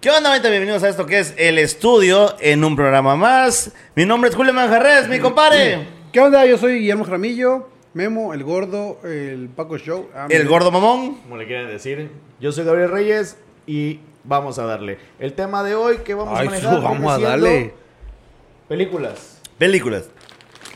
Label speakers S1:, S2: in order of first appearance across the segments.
S1: ¿Qué onda, gente? Bienvenidos a esto que es El Estudio en un programa más. Mi nombre es Julio Manjarres, mi compadre.
S2: ¿Qué onda? Yo soy Guillermo Jaramillo, Memo, el gordo, el Paco Show. Ah,
S1: El
S2: mira.
S1: gordo mamón.
S3: como le quieran decir. Yo soy Gabriel Reyes y vamos a darle. El tema de hoy que vamos
S2: Ay,
S3: a manejar.
S2: su- vamos a
S3: viene
S2: darle.
S3: siendo Películas.
S1: Películas.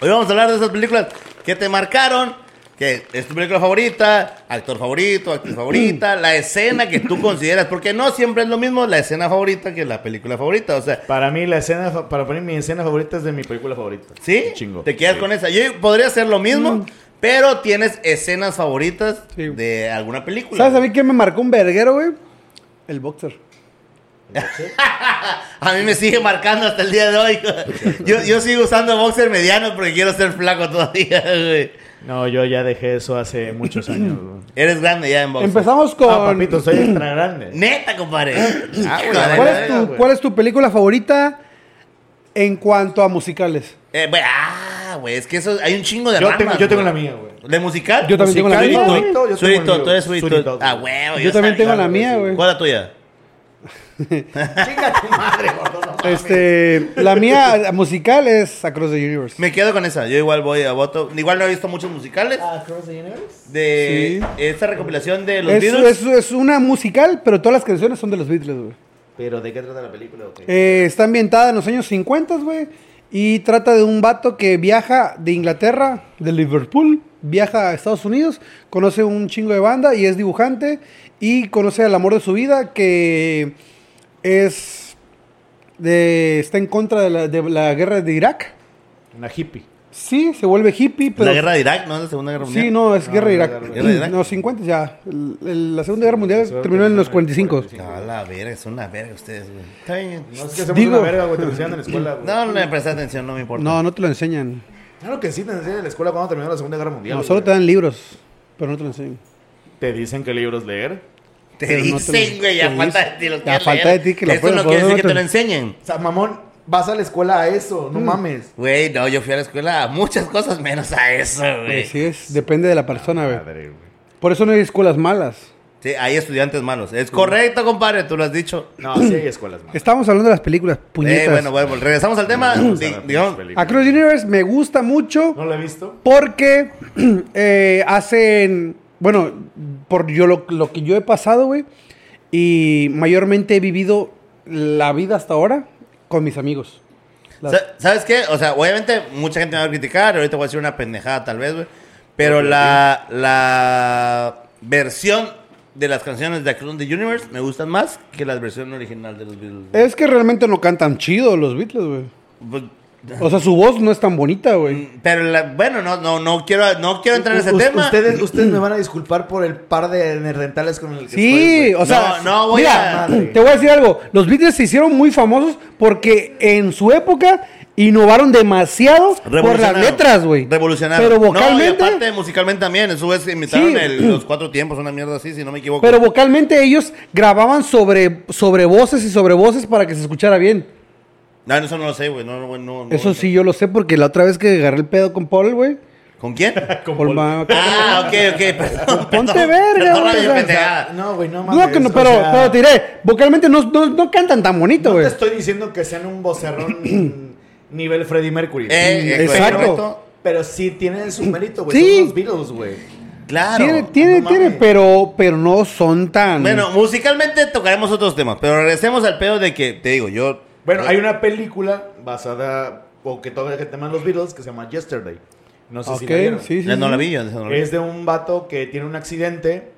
S1: Hoy vamos a hablar de esas películas que te marcaron, que es tu película favorita, actor favorito, actriz favorita, la escena que tú consideras, porque no siempre es lo mismo la escena favorita que la película favorita, o sea,
S3: Para mí la escena, fa- para mí mi escena favorita es de mi película favorita.
S1: ¿sí?
S3: Qué Chingo.
S1: Te quedas
S3: Sí.
S1: con esa. Yo podría ser lo mismo, pero tienes escenas favoritas
S2: Mm. Sí.
S1: de alguna película.
S2: ¿Sabes a mí quién me marcó un verguero, güey? El boxer.
S1: A mí me sigue marcando hasta el día de hoy. Yo, yo sigo usando boxer mediano porque quiero ser flaco todavía, güey.
S3: No, yo ya dejé eso hace muchos años. güey.
S1: Eres grande ya en boxer. Ah,
S2: Empezamos con.
S3: No, papito, soy extra grande.
S1: Neta, compadre.
S3: Ah,
S1: Hijo
S3: güey,
S1: de
S2: ¿Cuál
S1: la
S2: es,
S1: verga,
S2: tu,
S3: güey.
S2: cuál es tu película favorita en cuanto a musicales?
S1: Eh, güey, ah, güey, es que eso hay un chingo de
S3: Yo
S1: ramas,
S3: tengo, yo tengo la
S1: güey.
S3: mía, güey.
S1: ¿De musical?
S2: Yo también tengo la mía,
S1: Sudito,
S2: güey.
S3: Yo tengo
S1: Sudito,
S3: el mío.
S1: tú eres sudito.
S3: Sudito.
S1: Ah, huevo.
S2: Yo también tengo la
S1: sabía.
S2: mía, güey.
S1: ¿Cuál es la tuya?
S3: Chinga tu madre, gordo. no mames.
S2: Este, la mía musical es Across the Universe.
S1: Me quedo con esa. Yo igual voy a voto. Igual no he visto muchos musicales.
S3: Ah, Cross the Universe.
S1: De
S2: sí.
S1: esta recopilación de los
S2: Es,
S1: Beatles.
S2: es, es una musical, pero todas las canciones son de los Beatles, güey.
S3: Pero ¿de qué trata la película? o qué?
S2: Eh, está ambientada en los años 50, güey. Y trata de un vato que viaja de Inglaterra, de Liverpool, viaja a Estados Unidos, conoce un chingo de banda y es dibujante. Y conoce al amor de su vida que es. De, está en contra de la, de la guerra de Irak.
S3: Una hippie.
S2: Sí, se vuelve hippie, pero.
S1: la guerra de Irak, ¿no? La Segunda Guerra Mundial.
S2: Sí, no, es
S3: No,
S2: guerra de
S3: guerra
S2: Irak.
S3: de
S1: Irak. Guerra de
S2: No, 50 ya. El- el- la Segunda Guerra Mundial
S3: Segunda
S2: terminó en los
S3: terminó en el
S2: 45.
S3: 45.
S1: A la verga, es una verga ustedes, güey. Está bien.
S3: No es que hacemos
S2: Digo-
S3: una verga, güey, te lo enseñan en la escuela, güey.
S1: No, no le presté atención, no me importa.
S2: No, no te lo enseñan.
S3: Claro que sí te enseñan en la escuela cuando terminó la Segunda Guerra Mundial.
S2: No, solo te
S3: güey.
S2: dan libros, pero no te lo enseñan.
S3: Te dicen qué libros leer.
S1: Te
S2: Pero no te lo-
S1: dicen, güey, ya
S2: te
S1: falta
S2: dicen.
S1: de ti lo
S2: Ya
S1: quieres
S2: falta
S1: leer.
S2: de ti que lo
S1: Esto
S2: puedas
S1: no
S2: poner
S1: quiere decir que
S2: otro.
S1: te lo enseñen.
S3: O sea, mamón, vas a la escuela a eso,
S2: Mm.
S3: no mames.
S1: Güey, no, yo fui a la escuela a muchas cosas menos a eso,
S2: Pues
S1: güey.
S2: Así es, depende de la persona, güey.
S3: Madre, güey.
S2: Por eso no hay escuelas malas.
S1: Sí, hay estudiantes malos. Es correcto, compadre, tú lo has dicho.
S3: No, sí hay escuelas más.
S2: Estamos hablando de las películas, puñetas.
S1: Eh, bueno, bueno, regresamos al tema.
S3: Vamos
S1: Di-
S3: a ver
S1: digamos,
S3: películas.
S2: Across the Universe me gusta mucho
S3: No lo he visto.
S2: porque eh, hacen, bueno, por yo lo, lo que yo he pasado, güey, y mayormente he vivido la vida hasta ahora con mis amigos. Las-
S1: sa- ¿sabes qué? O sea, obviamente mucha gente me va a criticar, ahorita voy a decir una pendejada tal vez, güey. Pero la, la versión de las canciones de Across the Universe me gustan más que la versión original de los Beatles. güey.
S2: Es que realmente no cantan chido los Beatles, güey.
S1: Pues,
S2: O sea, su voz no es tan bonita, güey.
S1: Pero la- bueno, no, no, no quiero, no quiero entrar en ese
S3: U- u-
S1: tema.
S3: Ustedes, ustedes me van a disculpar por el par de nerdentales con el que
S2: Sí,
S3: estoy, güey.
S2: o sea,
S1: No, no voy
S2: mira,
S1: a-
S2: te voy a decir algo. Los Beatles se hicieron muy famosos porque en su época innovaron demasiado por las
S1: Revolucionaron.
S2: letras, güey.
S1: Revolucionaron.
S2: Pero
S1: No, y aparte
S2: vocalmente,
S1: musicalmente también. En su vez imitaron
S2: Sí.
S1: el- los cuatro tiempos, una mierda así, si no me equivoco.
S2: pero vocalmente ellos grababan sobre, sobre voces y sobre voces para que se escuchara bien.
S1: No, eso no lo sé, güey. No, no, no, no
S2: Eso
S1: lo sé.
S2: sí, yo lo sé porque la otra vez que agarré el pedo con Paul, güey.
S1: ¿Con quién?
S3: Con
S2: Paul
S3: Paul.
S2: Ma-
S1: ah, ok, ok. Perdón,
S2: Ponte
S1: perdón,
S2: verga,
S1: perdón,
S2: güey,
S1: radio Eh,
S2: o sea, mm,
S1: pendejada.
S3: Ah, No, güey, no mames.
S2: No, que no,
S3: o
S2: pero,
S3: sea,
S2: pero te diré, vocalmente no, no, no cantan tan bonito,
S3: No
S2: güey.
S3: te estoy diciendo que sean un vocerrón nivel Freddie Mercury.
S1: Eh, eh,
S2: Exacto.
S1: correcto.
S3: Pero sí tienen su mérito, güey.
S2: Sí.
S3: Son los Beatles, güey.
S1: Claro.
S2: Tiene, tiene,
S3: no
S2: tiene,
S3: mames.
S2: pero, pero no son tan.
S1: Bueno, musicalmente tocaremos otros temas. Pero regresemos al pedo de que, te digo, yo.
S3: Bueno,
S2: Eh.
S3: hay una película basada, o que toca el tema de los Beatles, que se llama Yesterday. No sé si
S2: Ok,
S3: la vieron.
S2: sí, sí,
S1: Ya no
S2: sí.
S1: la vi, yo esa no la vi.
S3: Es de un vato que tiene un accidente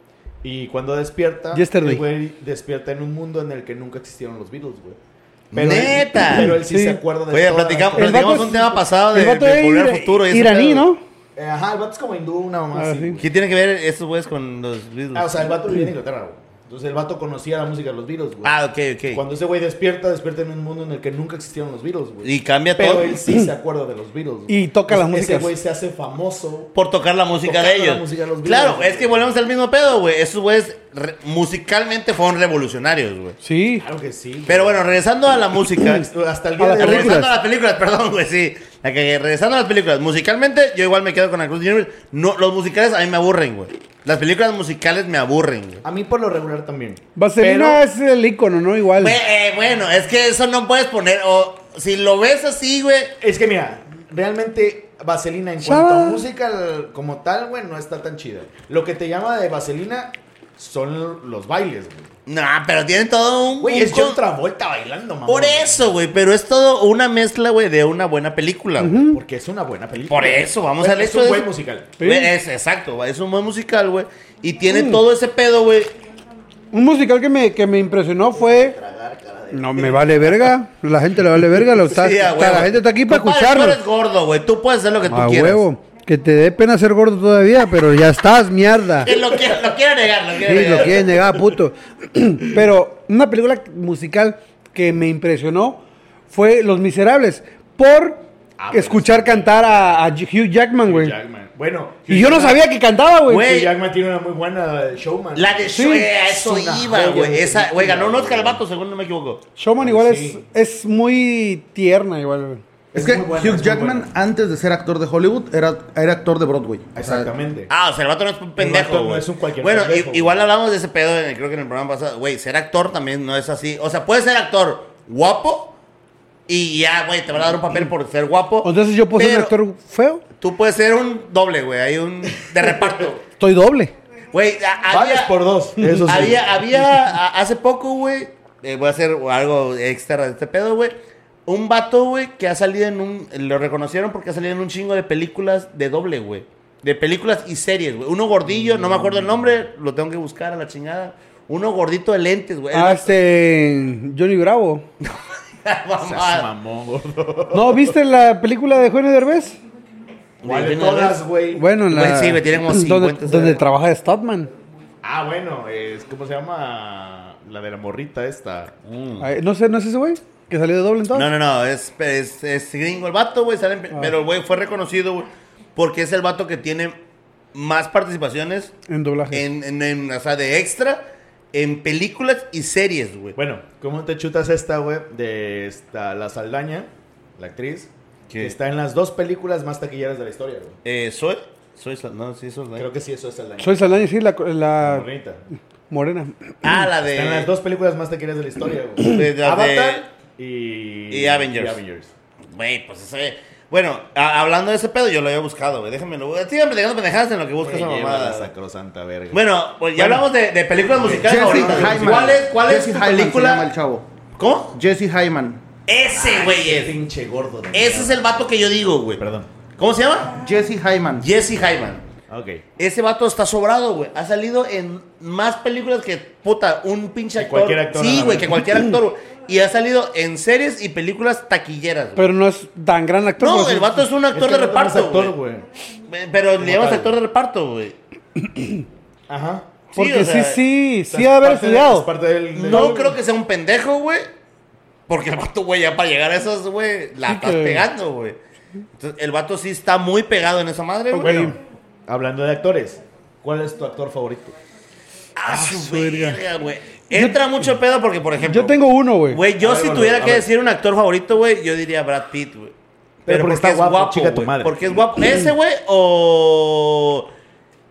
S3: y cuando despierta,
S2: Yesterday.
S3: el güey despierta en un mundo en el que nunca existieron los Beatles, güey. Pero
S1: ¡Neta!
S3: Él, pero él sí,
S2: Sí.
S3: se acuerda de
S1: Oye,
S3: todas las
S1: platicamos,
S3: cosas.
S2: El vato
S1: platicamos
S2: es-
S1: un tema pasado
S2: el
S1: de,
S2: vato
S1: de
S2: es
S1: volver al
S2: ira-
S1: futuro. y ese
S2: iraní,
S1: pedo.
S2: ¿no?
S3: Eh, Ajá, el vato es como hindú, una mamá
S2: Ah,
S3: así,
S2: sí.
S3: güey.
S1: ¿Qué tiene que ver esos güeyes con los Beatles?
S3: Ah, o sea, el vato vivía en Inglaterra, güey. Entonces el vato conocía la música de los Beatles, güey.
S1: Ah, ok, ok.
S3: Cuando ese güey despierta, despierta en un mundo en el que nunca existieron los Beatles, güey.
S1: Y cambia
S3: Pero
S1: todo
S3: él sí se acuerda de los Beatles. güey.
S2: Y toca las
S3: Ese
S2: músicas.
S3: güey se hace famoso.
S1: por tocar la música
S3: Tocando
S1: de ellos.
S3: la música de los Beatles,
S1: claro,
S3: güey.
S1: es que volvemos al mismo pedo, güey. Esos güeyes re- musicalmente fueron revolucionarios, güey.
S2: Sí.
S3: Claro que sí. güey.
S1: Pero bueno, regresando a la música.
S3: hasta el día
S2: A
S3: de
S2: las
S3: hoy.
S1: regresando a las películas, perdón, güey, sí. La que, regresando a las películas, musicalmente yo igual me quedo con la Cruz Universe. No, los musicales a mí me aburren, güey. Las películas musicales me aburren. güey.
S3: A mí por lo regular también.
S2: Vaselina es el icono, ¿no? Igual.
S1: Bue- eh, bueno, es que eso no puedes poner. O si lo ves así, güey.
S3: Es que mira, realmente Vaselina en cuanto a
S2: Chava.
S3: música l- como tal, güey, no está tan chida. Lo que te llama de Vaselina son los bailes, güey.
S1: No, pero tiene todo un.
S3: Güey,
S1: un
S3: es
S1: con-
S3: John Travolta bailando, mamá.
S1: Por eso, güey. Pero es todo una mezcla, güey, de una buena película. güey.
S3: Porque es una buena película.
S1: Por eso, vamos
S3: Güey,
S1: al
S3: es
S1: hecho
S3: un
S1: de
S3: buen
S1: eso.
S3: musical.
S2: Sí.
S1: Güey, es, exacto, güey, es un buen musical, güey. Y tiene
S2: Mm.
S1: todo ese pedo, güey.
S2: Un musical que me, que me impresionó fue. No me vale verga. La gente le vale verga. lo está-
S1: Sí, a
S2: está-
S1: huevo.
S2: la gente está aquí para
S1: Compadre, Tú eres
S2: escucharnos.
S1: gordo, güey. Tú puedes hacer lo que tú
S2: A
S1: quieras.
S2: huevo. Que te dé pena ser gordo todavía, pero ya estás, mierda.
S1: Que Eh, lo quiero, lo quiero negar, lo quiero
S2: Sí,
S1: negar.
S2: lo quieren negar, puto. Pero una película musical que me impresionó fue Los Miserables. Por
S3: Ah, pues.
S2: escuchar cantar a, a Hugh Jackman, güey.
S3: Jackman. Bueno.
S2: Y yo no sabía que cantaba,
S1: Güey.
S2: güey.
S3: Hugh Jackman tiene una muy buena showman.
S1: La de
S2: Sí.
S1: Shrek, a eso
S3: Es una
S1: iba,
S3: joya
S1: güey.
S3: de
S1: Esa, güey, ganó un
S3: película,
S1: Oscar al
S3: güey.
S1: vato, según no me equivoco.
S2: Showman igual
S1: Pues
S2: es-
S3: Sí.
S2: es, muy tierna, igual, güey.
S4: Es,
S3: Es
S4: que
S3: muy buena,
S4: Hugh
S3: es muy
S4: Jackman,
S3: buena.
S4: antes de ser actor de Hollywood, era, era actor de Broadway. O sea,
S3: Exactamente.
S1: Ah, o sea, el vato no es un pendejo.
S3: vato no
S1: güey.
S3: es un cualquier
S1: bueno, i-
S3: pendejo,
S1: igual
S3: güey.
S1: hablamos de ese pedo, en el- creo que en el programa pasado. Güey, ser actor también no es así. O sea, puedes ser actor guapo y ya, güey, te van a dar un papel por ser guapo.
S2: Entonces yo puedo ser un
S1: pero
S2: actor feo.
S1: Tú puedes ser un doble, güey. Hay un de reparto.
S2: Estoy doble.
S1: Güey, a-
S3: Vales
S1: había,
S3: por dos. Eso sí.
S1: había, había a- hace poco, güey, eh, voy a hacer algo extra de este pedo, güey. Un vato, güey, que ha salido en un, lo reconocieron porque ha salido en un chingo de películas de doble, güey. De películas y series, güey. Uno gordillo, no me acuerdo el nombre, lo tengo que buscar a la chingada. Uno gordito de lentes, güey.
S2: Ah, este. Johnny Bravo.
S3: Seas
S1: Mamá.
S3: mamón, gordo.
S2: ¿No viste la película de Juan Derbez?
S3: ¿Cuál de
S1: Eugenio
S3: todas,
S1: Derbez.
S3: güey?
S2: Bueno, en la.
S1: Güey, sí, güey, tiene como
S2: donde-
S1: 50,
S2: Donde,
S1: ¿sabes?
S2: trabaja Statman.
S3: Ah, bueno, es ¿cómo se llama? La de la morrita esta. Mm.
S2: Ay, No sé, no es ese güey. Que salió de doble entonces.
S1: Mm. No, no, no, es, es, es gringo el vato, güey. sale en pe- Pero el güey fue reconocido, güey, porque es el vato que tiene más participaciones
S2: En doblaje.
S1: en, en, en- o sea, de extra en películas y series, güey.
S3: Bueno, ¿cómo te chutas esta, güey? De esta, la Saldaña, la actriz,
S1: ¿Qué?
S3: que está en las dos películas más taquilleras de la historia, güey.
S1: Eh, soy, soy, Sal- no, sí, soy.
S3: Creo que sí, eso es Saldaña.
S2: Soy Saldaña, sí, la,
S3: La
S2: la
S3: morrita.
S2: morena.
S1: Ah, la
S3: Está en las
S1: de,
S3: dos películas más taquilleras de la historia,
S1: De-
S3: güey.
S1: de-
S3: Avatar y...
S1: y Avengers. güey, pues ese, bueno, a- hablando de ese pedo, yo lo había buscado, güey, déjenme, lo, síganme dejando pendejadas en lo que busco
S3: Busca
S1: esa
S3: la
S1: mamada.
S3: sacrosanta verga.
S1: Bueno, pues ya
S4: Bueno.
S1: hablamos de, de películas musicales
S4: Jesse
S1: favoritas.
S4: Hyman.
S1: ¿Cuál es, cuál es tu
S4: Jesse Hyman se llama el
S1: película?
S4: chavo.
S1: ¿Cómo?
S4: Jesse Hyman.
S1: Ese, güey,
S3: Qué
S1: es.
S3: pinche gordo. de
S1: Ese es
S3: mierda.
S1: el vato que yo digo, güey.
S3: Perdón.
S1: ¿Cómo se llama?
S4: Jesse Hyman.
S1: Jesse Hyman.
S3: Ok.
S1: Ese vato está sobrado, güey. Ha salido en más películas que, puta, un pinche
S3: Que
S1: actor.
S3: cualquier actor, a
S1: Sí,
S3: la
S1: güey,
S3: vez.
S1: que cualquier actor, güey. Y ha salido en series y películas taquilleras, güey.
S2: Pero no es tan gran actor.
S1: No,
S2: pero
S1: el
S2: sí-
S1: vato es un actor
S3: Es que
S1: de
S3: no tomas
S1: reparto,
S3: actor,
S1: güey.
S3: güey.
S1: Eh, Pero le llamas
S3: tal.
S1: actor de reparto, güey.
S3: Ajá.
S2: Porque
S1: o sea,
S2: sí, sí,
S3: O sea,
S2: sí, ha de haber
S3: parte de- es
S2: estudiado.
S3: parte del- del-
S1: No creo que sea un pendejo, güey. Porque el vato, güey, ya para llegar a esas, güey, la
S2: Sí
S1: estás
S2: que-
S1: pegando, güey. Entonces, el vato sí está muy pegado en esa madre, güey.
S3: Bueno, hablando de actores, ¿cuál es tu actor favorito?
S1: Ah, su verga, güey. Entra mucho pedo porque, por ejemplo...
S2: Yo tengo uno, güey.
S1: Güey, yo
S3: A ver,
S1: si
S3: Gordo,
S1: tuviera
S3: a
S1: que
S3: ver.
S1: decir un actor favorito, güey, yo diría Brad Pitt, güey. Pero,
S3: porque
S1: porque,
S3: está
S1: es
S3: guapo,
S1: guapo,
S3: chica tu
S1: güey.
S3: madre.
S1: Porque es guapo. ¿Ese, güey? O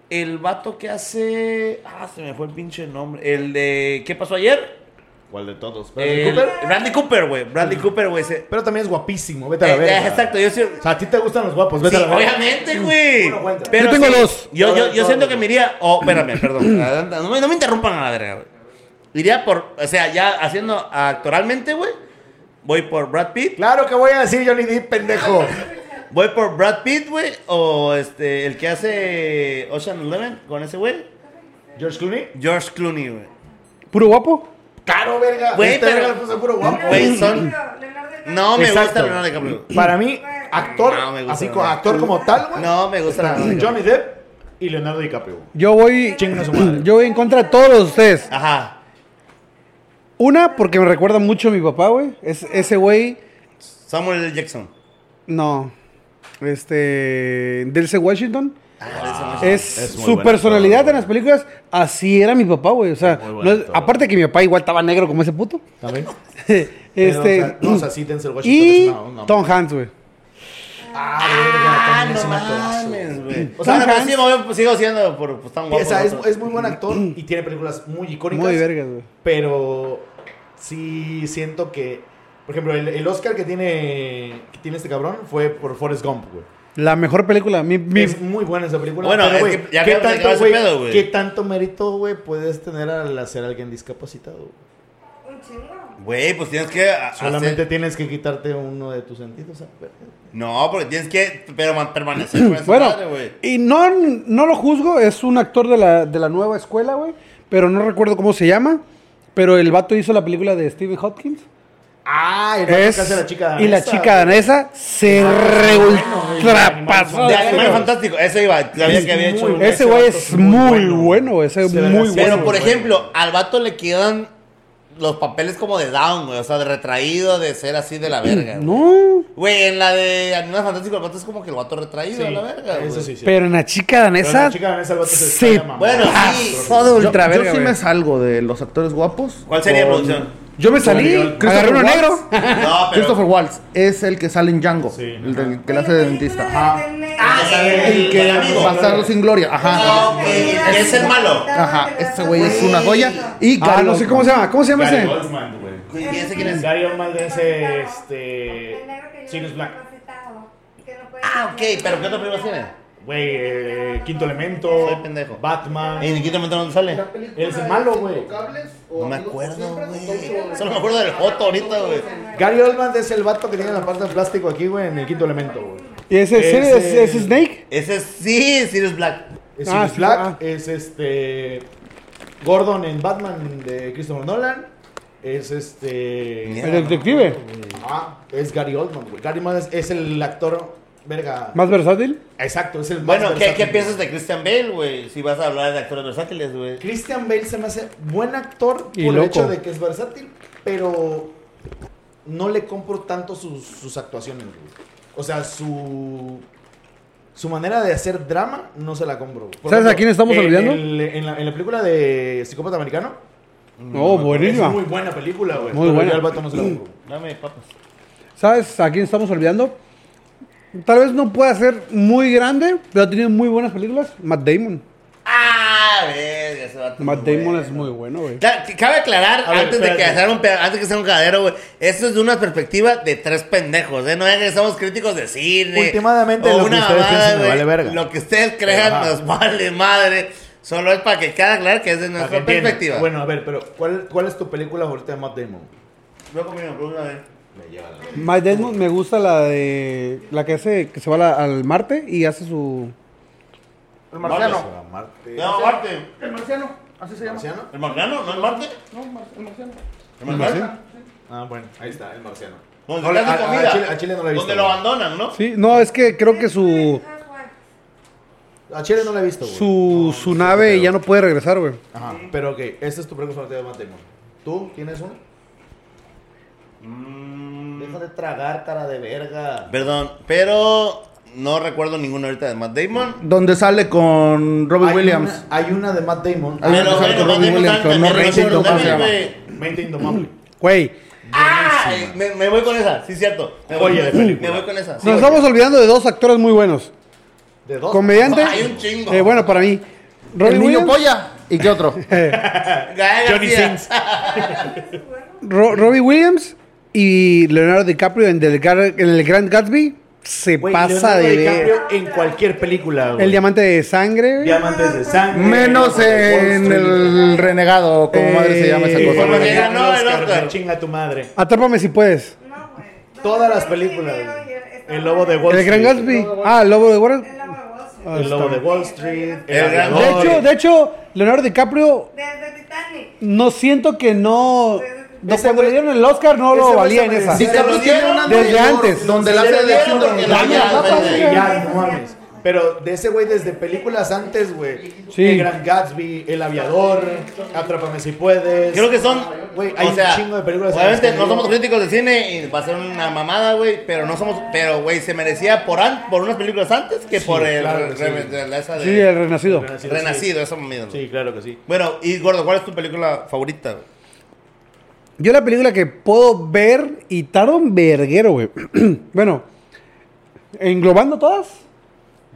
S1: el vato que hace... Ah, se me fue el pinche nombre. El de... ¿Qué pasó ayer?
S3: ¿Cuál de todos?
S1: El-
S3: ¿Bradley Cooper?
S1: Randy Cooper, güey. Randy Cooper, güey. ese-
S3: Pero también es guapísimo, vete a la
S1: Eh, eh,
S3: verga.
S1: exacto, yo sí...
S3: O sea, a ti te gustan los guapos,
S1: sí,
S3: vete a la verga.
S1: obviamente, güey.
S3: Bueno, cuenta.
S1: Pero
S2: Yo tengo
S1: sí,
S2: dos.
S1: Yo, yo,
S3: Ahora,
S1: yo
S3: ahora,
S1: siento
S3: ahora.
S1: que me iría... Oh, espérame, perdón. Adelanta, No me, no me interrumpan a la verga, güey. Iría por... O sea, ya haciendo ah, actoralmente, güey. Voy por Brad Pitt.
S3: Claro que voy a decir Johnny Depp, pendejo.
S1: Voy por Brad Pitt, güey, o este, el que hace Ocean Eleven con ese güey.
S3: ¿George Clooney?
S1: George Clooney, güey.
S2: Puro guapo.
S3: Claro, verga.
S1: Güey,
S3: Este
S1: pero-
S3: verga le puso puro guapo.
S1: Güey, son... No me gusta
S3: Exacto.
S1: Leonardo DiCaprio.
S3: Para mí, actor,
S1: No, me gusta
S3: así como
S1: Leonardo.
S3: actor como tal, güey.
S1: No me gusta
S3: está
S1: Leonardo DiCaprio.
S3: Johnny Depp y Leonardo DiCaprio.
S2: Yo voy.
S3: Chinguen a su madre.
S2: Yo voy en contra de todos ustedes.
S1: Ajá.
S2: Una, porque me recuerda mucho a mi papá, güey. Es, ese güey.
S1: Samuel L. Jackson.
S2: No. Este. Delce Washington.
S1: Ah, ese no es-
S2: es,
S3: es muy
S2: su
S3: buen
S2: personalidad
S3: actor,
S2: en las películas. Así era mi papá, güey. O sea,
S3: muy buen
S2: no es-
S3: actor.
S2: aparte que mi papá igual estaba negro como ese puto.
S3: ¿También?
S2: este.
S3: no, o sea, sí, Denzel Washington
S2: y
S3: es una- una-
S2: Tom Hanks, güey.
S3: Ah, verga, también es un actorazo.
S1: mames, güey. O
S3: Tom
S1: sea, pero
S3: Hanks.
S1: sí, me voy- sigo siendo por, pues, tan guapo.
S3: O sea, es,
S1: ¿no?
S3: es muy buen actor y tiene películas muy icónicas.
S2: Muy vergas, güey.
S3: Pero sí siento que. Por ejemplo, el, el Oscar que tiene, que tiene este cabrón fue por Forrest Gump, güey.
S2: La mejor película. Mi, mi-
S3: Es muy buena esa película.
S1: Bueno,
S3: pero,
S1: es
S3: güey,
S1: que ya
S3: ¿qué,
S1: habíamos
S3: tanto,
S1: llegado a ese
S3: güey,
S1: pedo, güey.
S3: ¿qué tanto mérito, güey, puedes tener al hacer a alguien discapacitado? güey?
S5: Un chingo.
S1: Güey, pues tienes que.
S2: Ah,
S1: a-
S3: Solamente
S1: hacer-
S3: tienes que quitarte uno de tus sentidos. ¿sabes?
S1: No, porque tienes que pero, man- permanecer con esa
S2: Bueno,
S1: madre, güey.
S2: Pues y no, no lo juzgo, es un actor de la, de la nueva escuela, güey. Pero no recuerdo cómo se llama. Pero el vato hizo la película de Stephen Hopkins.
S3: Ah, el
S2: Es-
S3: que hace a la chica
S2: y la
S3: danesa,
S2: chica
S3: güey. Ah,
S2: danesa se
S3: bueno, el animal
S2: reultrapasó.
S1: De
S3: Ah,
S1: Animal
S3: pero-
S1: Fantástico, eso iba. Sabía
S3: Es
S1: que había
S3: muy
S1: hecho.
S3: bueno.
S1: un-
S2: Ese güey
S3: vato
S2: es muy bueno, güey, ese es
S3: Se ve
S2: muy
S3: así,
S2: bueno,
S1: Pero, por
S3: güey.
S1: ejemplo, al vato le quedan los papeles como de down, güey. O sea, de retraído, de ser así de la verga. güey.
S2: Mm, No,
S1: Güey, en la de Animal Fantástico, el vato es como que el vato retraído a
S3: Sí,
S1: la verga, güey.
S3: Eso sí, sí.
S2: pero en la chica
S3: Pero
S2: danesa.
S3: la chica danesa, el vato se
S2: sí.
S3: está llamando.
S1: Bueno, sí.
S2: pasó de
S4: Yo,
S2: ultra
S4: yo
S2: verga,
S4: sí
S2: güey.
S4: me salgo de los actores guapos.
S1: ¿Cuál sería
S4: Con-
S1: producción?
S2: Yo me salí,
S4: Christopher
S2: agarré uno
S4: Waltz.
S2: negro.
S1: No,
S4: Christopher Waltz es el que sale en Django,
S3: Sí,
S4: el del- que le hace de dentista.
S1: Ah, el
S4: El que
S1: amigo.
S4: pasarlo sin gloria,
S1: Ah,
S4: ajá.
S1: ok. Es el malo.
S4: Ajá, ese güey es una joya. Y
S2: Ah,
S4: Gary
S2: no sé cómo se llama, ¿cómo se llama
S3: Gary
S2: ese?
S3: Oldman, güey.
S1: ¿Y ese quién es?
S3: Gary Oldman es este. Sirius Black.
S1: Ah, ok, pero ¿qué otras películas tiene?
S3: Güey, eh, Quinto Elemento.
S1: Soy pendejo.
S3: Batman.
S1: ¿En qué momento dónde sale?
S3: Él es el malo, güey.
S1: No me acuerdo, güey. Solo me acuerdo del Joto ahorita, güey.
S3: Gary Oldman es el vato que tiene la parte de plástico aquí, güey, en el Quinto Elemento, güey.
S2: ¿Y ese, ese,
S3: Ese-
S2: ese- ese Snake?
S1: Ese sí, Sirius Black.
S3: Es
S2: Ah,
S3: Sirius
S2: sí,
S3: Black.
S2: ah.
S3: Es este. Gordon en Batman de Christopher Nolan. Es este.
S1: Mierda.
S2: El detective.
S3: Ah, es Gary Oldman, güey. Gary Oldman es, es el actor. Verga.
S2: Más versátil.
S3: Exacto, es el más
S1: Bueno, ¿qué,
S3: versátil,
S1: ¿qué
S3: güey.
S1: piensas de Christian Bale, güey? Si vas a hablar de actores versátiles, güey.
S3: Christian Bale se me hace buen actor
S2: Y
S3: por
S2: loco.
S3: el hecho de que es versátil, pero no le compro tanto sus, sus actuaciones, güey. O sea, su su manera de hacer drama no se la compro. güey. Por
S2: ¿Sabes a quién estamos
S3: en
S2: olvidando?
S3: el- en, la, en la película de Psicópata Americano.
S2: No, Oh, buenísima.
S3: Es muy buena película, güey.
S2: Muy
S3: pero
S2: buena.
S3: yo al vato no se la compro.
S1: Dame papas.
S2: ¿Sabes a quién estamos olvidando? Tal vez no pueda ser muy grande, pero tiene muy buenas películas. Matt Damon.
S1: Ah, verga, ese vato.
S2: Matt
S1: güey.
S2: Damon es muy bueno, güey.
S1: Ca- Cabe aclarar,
S3: A ver,
S1: antes, de que
S3: espérate.
S1: hacer un pe- antes de que sea un cadero, güey, esto es de una perspectiva de tres pendejos, ¿eh? No es que somos críticos de cine.
S3: Últimamente,
S1: o
S3: lo que ustedes piensen me
S1: güey.
S3: vale verga.
S1: Lo que ustedes crean
S3: Ajá.
S1: nos vale madre. Solo es para que quede aclarar que es de
S3: Para que
S1: nuestra
S3: entiendan.
S1: perspectiva.
S3: Bueno, a ver, pero ¿cuál, ¿cuál es tu película favorita de Matt Damon?
S1: yo comí una pluma, ¿eh?
S3: Me lleva la...
S2: Matt Damon me gusta la de. La que hace. Que se va a la- al Marte y hace su.
S4: El marciano.
S3: Martes, Marte.
S1: No, Marte.
S4: El marciano, así se llama.
S3: ¿Marciano?
S1: ¿El marciano? ¿No es Marte?
S4: No, mar- el marciano.
S1: ¿El marciano?
S3: Ah, bueno, ahí está, el marciano.
S1: Donde
S3: No,
S1: le
S3: a-
S1: hacen
S3: a- a
S1: comida.
S3: Chile- a Chile no la he visto,
S1: Donde lo
S3: güey.
S1: abandonan, ¿no?
S2: Sí, no, es que creo que su.
S3: A Chile no la he visto, güey.
S2: Su, su nave ya no puede regresar, güey.
S3: Ajá, pero ok, esta es tu pregunta favorita de Matt Damon. ¿Tú tienes una?
S1: Mm,
S3: Deja de tragar, cara de verga.
S1: Perdón, pero no recuerdo ninguna ahorita de Matt Damon.
S4: Donde sale con Robbie
S3: Hay
S4: Williams.
S3: una- hay una de Matt Damon.
S4: Hay Ah, una
S1: Pero,
S4: no,
S1: bueno,
S4: con
S1: Matt
S4: Robin
S1: Damon
S4: Williams,
S1: también
S4: no
S1: recuerdo,
S4: recuerdo cómo se
S1: también,
S4: llama.
S1: güey.
S3: Mente Indomable.
S2: Güey,
S1: Ah, me, me voy con esa, sí, cierto. Me voy,
S3: Oye, de película.
S1: me voy con esa. sí,
S2: nos
S1: oye.
S2: estamos olvidando de dos actores muy buenos.
S3: De dos.
S2: Comediante.
S1: Hay un chingo.
S2: eh, bueno, para mí. Robin
S4: el niño
S2: Williams,
S4: polla. ¿Y qué otro?
S1: Gael
S3: Johnny
S1: García.
S3: Sins.
S2: Ro- Robbie Williams y Leonardo DiCaprio en, Del Gar- en el Grand Gatsby se
S3: Güey,
S2: pasa
S3: Leonardo
S2: de ver.
S3: DiCaprio En cualquier película, güey.
S2: El diamante de sangre, güey.
S3: Diamantes de sangre.
S4: Menos Pues en el renegado, como madre se llama esa
S2: Eh,
S1: Como
S4: cosa.
S1: que ganó el Oscar.
S3: Chinga tu madre.
S2: Atrápame si puedes.
S3: Todas las películas. El lobo de Wall
S2: El Gran
S3: Street.
S2: Gatsby. Ah, el lobo de Warren.
S5: El lobo de Wall Street.
S2: Ah, está.
S3: El lobo de Wall Street.
S1: El gran-
S2: De hecho, de hecho, Leonardo DiCaprio
S5: Desde Titanic.
S2: no siento que no. no
S3: Ese
S2: cuando
S3: güey-
S2: le dieron el Oscar no
S3: ese
S2: lo
S3: güey
S2: valía
S3: se
S2: en
S3: merecía
S2: esa.
S1: Sí,
S4: DiCaprio
S1: se lo
S4: tiene
S1: dieron
S4: una
S2: desde
S4: de-
S2: antes.
S4: Donde la
S1: Se
S4: hace
S1: lo
S4: de
S1: dieron
S4: Hilda.
S1: porque la
S4: Dame las
S1: llama,
S4: papas,
S1: güey.
S4: hija.
S3: Ya, no mames. Pero de ese güey desde películas antes, güey.
S2: Sí.
S3: El Gran Gatsby, El Aviador, Atrápame si puedes.
S1: Creo que son.
S3: Güey, hay
S1: o sea,
S3: un chingo de películas. en
S1: Obviamente
S3: las que
S1: no somos
S3: digo,
S1: críticos de cine y va a ser una mamada, güey. Pero no somos. Pero, güey, se merecía por, an- por unas películas antes que por el.
S3: claro que
S1: re-
S3: sí.
S1: de la esa de-
S2: Sí, el renacido.
S3: Renacido,
S1: Renacido, esa mamada.
S3: Sí, claro que sí.
S1: Bueno, y gordo, ¿cuál es tu película favorita? güey?
S2: Yo la película que puedo ver y tardo un verguero, güey. bueno, ¿Englobando todas?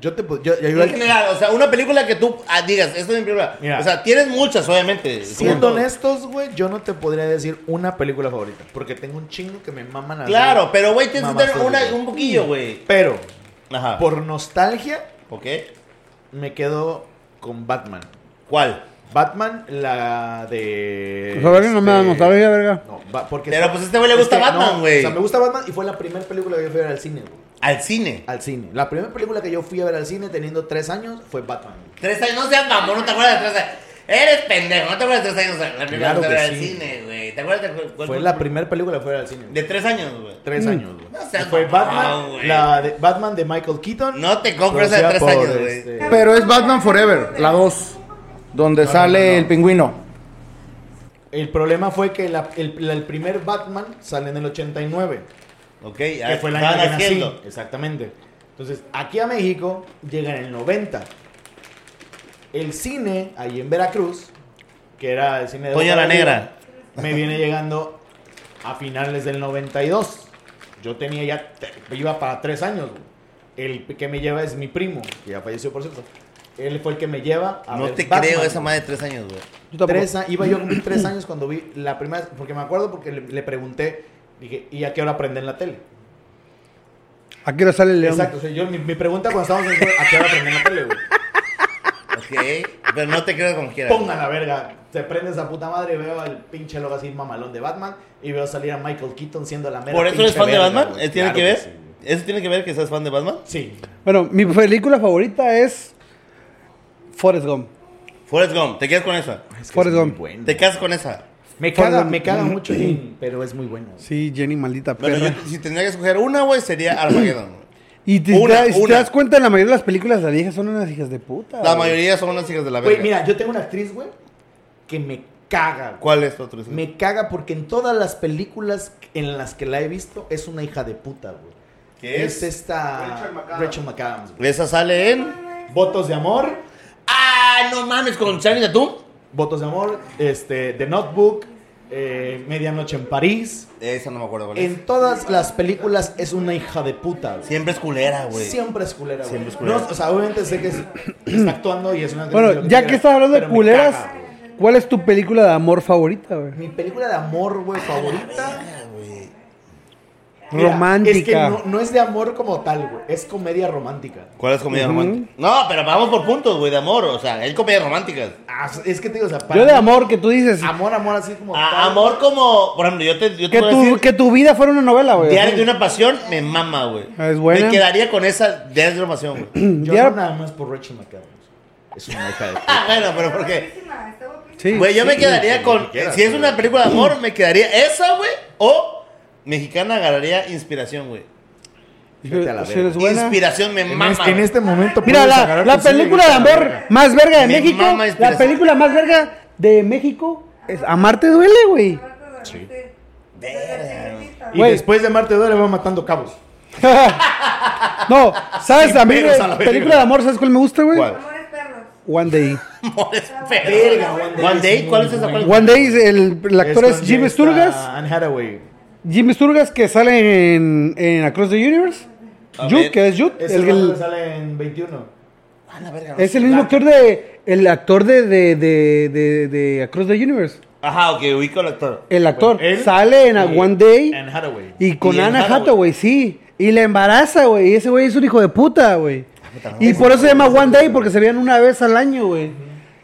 S3: Yo te pod- yo- yo- yo-
S1: En general, o sea, una película que tú ah, digas, esta es mi película.
S3: Mira.
S1: O sea, tienes muchas, obviamente.
S3: siendo
S1: Como-
S3: honestos, güey, yo no te podría decir una película favorita. Porque tengo un chingo que me maman a
S1: Claro, pero güey, tienes que tener
S3: Mamazón,
S1: una,
S3: güey.
S1: un poquillo, güey.
S3: Pero,
S1: Ajá.
S3: por nostalgia,
S1: ¿Ok?
S3: me quedo con Batman.
S1: ¿Cuál?
S3: Batman, la de.
S2: Pues a ver, no me da
S3: este,
S2: nostalgia, verga.
S3: No, va- porque.
S1: Pero, pues, a este güey le gusta Batman,
S3: no,
S1: güey.
S3: o sea, me gusta Batman y fue la primera película que yo fui a ver al cine, güey.
S1: Al cine.
S3: Al cine. La primera película que yo fui a ver al cine teniendo tres años fue Batman. güey.
S1: Tres años, no seas mamón, no te acuerdas de tres años. Eres pendejo, no te acuerdas de tres años. La primera
S3: Claro
S1: vez que
S3: que
S1: era al
S3: sí.
S1: cine, güey. ¿Te acuerdas de cu- cuál
S3: Fue
S1: fue?
S3: la primera película que fui a ver al cine. güey.
S1: De tres años, güey.
S3: tres años, güey.
S1: No seas
S3: fue
S1: mamón,
S3: Batman,
S1: güey.
S3: la de Batman de Michael Keaton.
S1: No te compro esa de
S3: producida
S1: tres
S3: por,
S1: años, güey.
S3: este,
S4: Pero es Batman Forever, la 2. Donde sale el pingüino.
S3: El problema fue que la- el, la- el primer Batman sale en el 89.
S1: Ok,
S3: que
S1: ya
S3: fue el
S1: estaban
S3: año que nací.
S1: haciendo.
S3: Exactamente. Entonces, aquí a México llega en el 90. El cine, ahí en Veracruz, que era el cine de...
S1: Toña
S3: Boca
S1: la
S3: de
S1: Negra.
S3: Arriba, Me viene llegando a finales del 92. Yo tenía ya... te- Iba para tres años. güey. El que me lleva es mi primo, que ya falleció, por cierto. Él fue el que me lleva a
S1: No
S3: ver
S1: te
S3: Batman,
S1: creo
S3: güey.
S1: esa madre de tres años, güey.
S2: Yo tampoco.
S3: Tres a- iba yo a cumplir tres años cuando vi la primera, porque me acuerdo porque le, le pregunté, dije, ¿y a qué hora prenden la tele?
S2: ¿A qué hora sale el león?
S3: Exacto, o sea, yo, mi, mi pregunta cuando estábamos en ¿a qué hora prenden la tele, güey?
S1: Ok, pero no te creo como quieras.
S3: Pongan la verga, se prende esa puta madre, veo al pinche logo así mamalón de Batman y veo salir a Michael Keaton siendo la mera
S1: ¿Por eso
S3: pinche
S1: eres fan de
S3: verga,
S1: Batman?
S3: güey.
S1: ¿Eh, ¿Tiene
S3: Claro
S1: que ver?
S3: sí, güey.
S1: ¿Eso tiene que ver que seas fan de Batman?
S3: Sí,
S2: Bueno, mi película favorita es Forrest Gump.
S1: Forrest Gump, ¿te quedas con esa?
S3: es
S2: Forrest
S3: muy
S2: Gump.
S3: buena.
S1: ¿Te quedas con esa?
S3: Me caga,
S2: Forrest
S3: me
S2: Gump.
S3: caga mucho, Jim, pero es muy buena. güey.
S2: Sí, Jenny, maldita
S1: Bueno,
S2: perra.
S1: yo- si tendría que escoger una, güey, sería Armageddon. güey.
S2: Y te,
S1: Una,
S2: da- si te
S1: una.
S2: das cuenta, la mayoría de las películas de las viejas son unas hijas de puta.
S1: La
S2: güey.
S1: mayoría son las hijas de la verga.
S3: Güey, mira, yo tengo una actriz, güey, que me caga, güey.
S1: ¿Cuál es tu otro?
S3: Me caga porque en todas las películas en las que la he visto es una hija de puta, güey.
S1: ¿Qué es?
S3: esta Rachel McAdams, güey.
S1: Esa sale en...
S3: Votos de amor,
S1: ¡Ah, no mames! ¿Con Charlie Tatum?
S3: Votos de amor, este The Notebook, eh, Medianoche en París.
S1: Esa no me acuerdo cuál es.
S3: En todas las películas es una hija de puta, güey.
S1: Siempre es culera, güey.
S3: Siempre es culera, güey.
S1: Siempre es culera.
S3: No, o sea, obviamente sé que es- está actuando y es una
S2: Bueno, ya que estás hablando de
S3: pero me
S2: culeras,
S3: caga, güey.
S2: ¿cuál es tu película de amor favorita, güey?
S3: Mi película de amor, güey, favorita. Mira, Es que
S2: Romántica.
S3: no, no es de amor como tal, güey. Es comedia romántica.
S1: ¿Cuál es comedia
S2: Ujú.
S1: romántica? No, pero vamos por puntos, güey, de amor. O sea, hay comedias románticas.
S3: Ah, es que te digo, o sea, para
S2: Yo de
S3: mí, Ah,
S2: amor que tú dices,
S3: Amor, amor, así como.
S1: A-
S3: tal.
S1: Ah, amor como... Por ejemplo, yo te, yo te
S2: que
S3: pues
S1: voy a
S2: tu,
S1: decir,
S2: que tu vida fuera una novela, güey.
S1: Diario de una pasión me mama, güey.
S2: Ah, Es buena.
S1: Me quedaría con esa Diario de una pasión, güey.
S3: Yo
S2: Diario-
S3: no nada más por Rachel McAdams. Es una hija de.
S1: ah, bueno, pero ¿por qué?
S5: guapísima, está guapísima.
S2: Sí.
S1: Güey, yo me
S3: sí,
S1: quedaría
S3: lo
S1: con.
S3: que quieras,
S1: si es
S3: güey.
S1: una película de amor, me quedaría esa, güey. O mexicana agarraría inspiración, güey.
S3: Vete a la
S2: Si
S3: verga.
S2: eres buena.
S1: Inspiración me
S3: En,
S1: mama.
S3: este, en
S1: güey.
S3: este momento.
S2: Mira,
S3: puedes
S2: la,
S3: agarrar
S2: la
S3: tu cine y
S2: película de
S3: vete a la
S2: amor
S3: verga.
S2: más verga de
S1: Mi
S2: México,
S1: mamá
S2: la
S1: inspiración.
S2: película más verga de México es Amarte duele, güey.
S5: Sí.
S1: Verga, güey.
S3: Y
S2: Güey.
S3: después de Marte Dora va matando cabos.
S2: no, ¿sabes?
S3: Sin
S2: A mí,
S3: pelos
S2: güey,
S3: a la verga.
S2: película de amor, ¿sabes cuál me gusta, güey?
S1: ¿Cuál?
S5: Amores perros.
S2: One Day.
S1: Amores, pero-
S3: Verga, One Day
S1: One Day,
S3: es
S1: ¿cuál
S3: muy
S1: es esa
S3: buena.
S1: película?
S2: One Day, el, el actor es,
S3: con
S2: Jim
S3: esta
S2: Sturgas.
S3: Anne Hathaway.
S2: Jim Sturgas que sale en, en Across the Universe.
S1: A
S2: Jude,
S1: ver.
S2: que es Jude.
S3: Es
S2: el-
S3: el,
S2: el-
S3: que sale en 21.
S1: Ah, la verga, no
S2: es
S1: sé.
S2: el mismo actor de. El actor de, de, de, de, de Across the Universe.
S1: Ajá, ok, ubico al actor.
S2: El actor
S3: Bueno, él
S2: sale en A
S3: y
S2: One Day.
S3: Anne Hathaway.
S2: Y con
S1: Y en
S2: Ana
S1: Hathaway.
S2: Hathaway, sí. Y la embaraza, güey. Y ese güey es un hijo de puta, güey. Y por eso se llama One Day, porque se veían una vez al año, güey.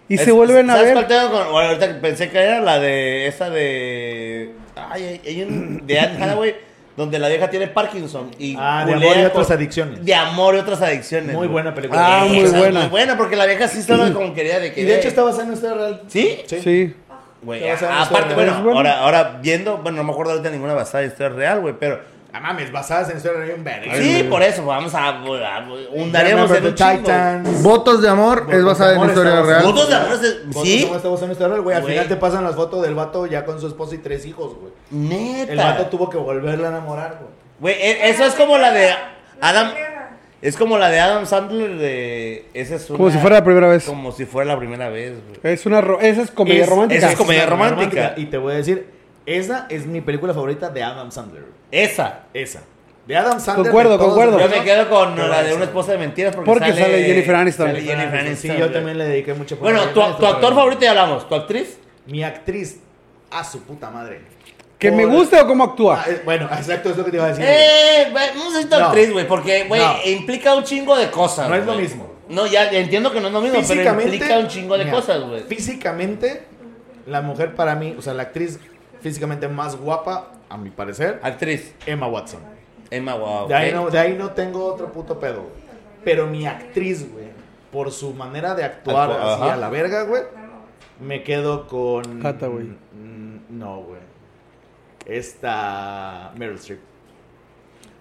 S2: Y se
S1: Es-
S2: vuelven a
S1: ¿sabes cuál
S2: ver.
S1: tengo con- bueno, ahorita que pensé que era la de. Esa de. Ay, hay, hay un. De Anne Hathaway. Donde la vieja tiene Parkinson. Y
S3: Ah, de
S1: culea
S3: amor y
S1: con-
S3: otras adicciones.
S1: De amor y otras adicciones.
S3: Muy
S1: güey.
S3: buena película.
S2: Ah, muy
S1: Esa es
S2: buena.
S1: Muy buena, porque la vieja sí estaba como quería de que.
S3: Y de hecho está basada en una historia real.
S1: ¿Sí?
S2: Sí.
S1: Güey,
S3: Te vas a
S1: a-
S3: dar una
S1: aparte,
S3: historia
S1: bueno,
S2: real. Bueno.
S1: Ahora, ahora viendo, bueno, no me acuerdo ahorita de ninguna basada de historia real, güey, pero.
S3: Ah, mames, basadas en historia real. un verga.
S1: sí, por eso, vamos a. a- hundaremos
S3: Remember
S1: en un
S3: the
S1: Titan.
S3: Titans.
S4: Votos de amor
S3: Votos
S4: es basada
S3: de
S4: en
S3: amor
S4: historia
S3: está
S4: real.
S3: basada-
S1: Votos de amor es-
S3: Fotos
S1: ¿sí?
S3: como esta voz en historia real, güey. Al
S1: Güey.
S3: final te pasan las fotos del vato ya con su esposa y tres hijos, güey. El vato
S1: Neta.
S3: tuvo que volverla a enamorar, güey.
S1: Güey, e- eso es como la de Adam.
S5: Guerra.
S1: Es como la de Adam Sandler de. Esa es una-
S2: Como si fuera la primera vez.
S1: Como si fuera la primera vez, güey.
S2: Es una ro- esa es comedia
S3: Es-
S2: romántica.
S1: esa es como- comedia
S3: una
S1: romántica.
S3: Y te voy a decir, esa es mi película favorita de Adam Sandler. güey.
S1: Esa.
S3: Esa. De Adam Sandler.
S2: Concuerdo,
S3: de todos,
S2: concuerdo.
S1: Yo me quedo con
S3: Yo
S1: la de
S3: eso.
S1: una esposa de mentiras porque,
S2: Porque sale Jennifer Aniston.
S1: sale Jennifer
S3: Ah, Sí,
S1: Aniston,
S3: yo
S1: güey.
S3: también le dediqué mucho por
S1: Bueno,
S3: ahí,
S1: tu,
S3: ¿no?
S1: tu actor
S3: Pero-
S1: favorito ya hablamos. ¿Tu actriz?
S3: Mi actriz, a su puta madre.
S2: ¿Que me
S3: Por-
S2: guste o cómo actúa?
S3: Ah, eh, bueno, exacto, es lo que te iba a decir. güey.
S1: Eh, güey, no necesito
S3: No.
S1: actriz, güey, porque, güey,
S3: No.
S1: implica un chingo de cosas.
S3: No es lo
S1: güey.
S3: mismo.
S1: No, ya entiendo que no es lo mismo, pero implica un chingo de
S3: mira,
S1: cosas, güey.
S3: Físicamente, la mujer para mí, o sea, la actriz físicamente más guapa, a mi parecer,
S1: Actriz,
S3: Emma Watson.
S1: Emma, wow.
S3: De ahí, no, de ahí no tengo otro puto pedo. güey. Pero mi actriz, güey, por su manera de actuar
S1: Actua-
S3: así
S1: ajá.
S3: a la verga, güey, me quedo con.
S2: Hathaway.
S3: Mm, No, güey. Esta. Meryl Streep.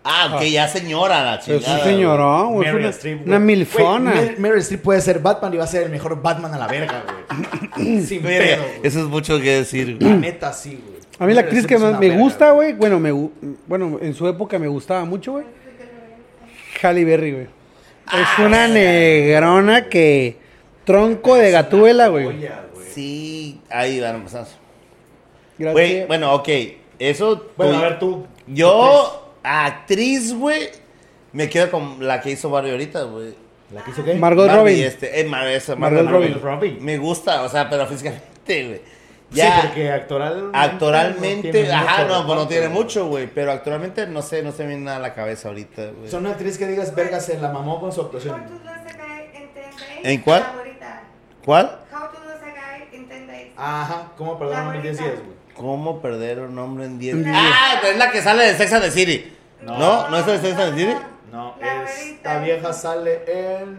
S1: Ah, que ya señora la
S2: Pues Es
S1: chingada.
S2: un señorón, güey.
S3: Meryl
S2: es
S3: Streep,
S2: Una,
S3: güey.
S2: una milfona.
S3: Güey, Mer- Meryl Streep puede ser Batman y va a ser el mejor Batman a la verga, güey. Sin
S1: güey. Verga,
S3: pedo, güey.
S1: eso es mucho que decir,
S3: La
S1: güey.
S3: neta, sí,
S2: A mí
S3: güey.
S2: la
S3: Meryl
S2: actriz
S3: Streep
S2: que
S3: es
S2: más
S3: una
S2: me
S3: verga,
S2: gusta, güey, bueno, me, gu- bueno, en su época me gustaba mucho, güey. Halle Berry, güey.
S3: Ah,
S2: Es una negrona que tronco de gatuela, güey.
S3: Joya, güey.
S1: Sí, ahí van a empezar. Güey,
S2: Gracias.
S1: bueno, ok. Eso.
S3: Bueno,
S1: tú-
S3: a ver tú.
S1: Yo, actriz, güey, me quedo con la que hizo Barry ahorita, güey.
S3: ¿La que hizo qué?
S2: Margot
S1: Barbie,
S2: Robin.
S1: Este, eh, Mar- esa,
S2: Margot
S1: Margot Robin.
S3: Robin.
S1: Me gusta, o sea, pero físicamente, güey.
S3: Ya.
S1: Ya,
S3: Sí, porque actoral.
S1: actoralmente, ajá, no, pues
S3: pero
S1: no tiene mucho, güey. Pero actoralmente, no sé, no se me viene nada a la cabeza ahorita, güey.
S3: Son una actriz que digas, verga, se la mamó con su
S5: How
S3: actuación.
S5: to Lose a Guy in 10 Days.
S1: ¿En cuál?
S5: La güerita.
S1: ¿Cuál?
S5: How to Lose a Guy in 10 Days.
S3: Ajá, ¿cómo perdón
S5: La
S3: en 10
S5: bonita.
S3: días, güey?
S1: ¿Cómo perder un hombre en 10
S2: En diez.
S1: Ah, es la que sale de Sex and the City. No,
S3: No.
S1: no, es de Sex and the City.
S3: No,
S5: La
S3: esta
S5: güerita.
S3: vieja sale en.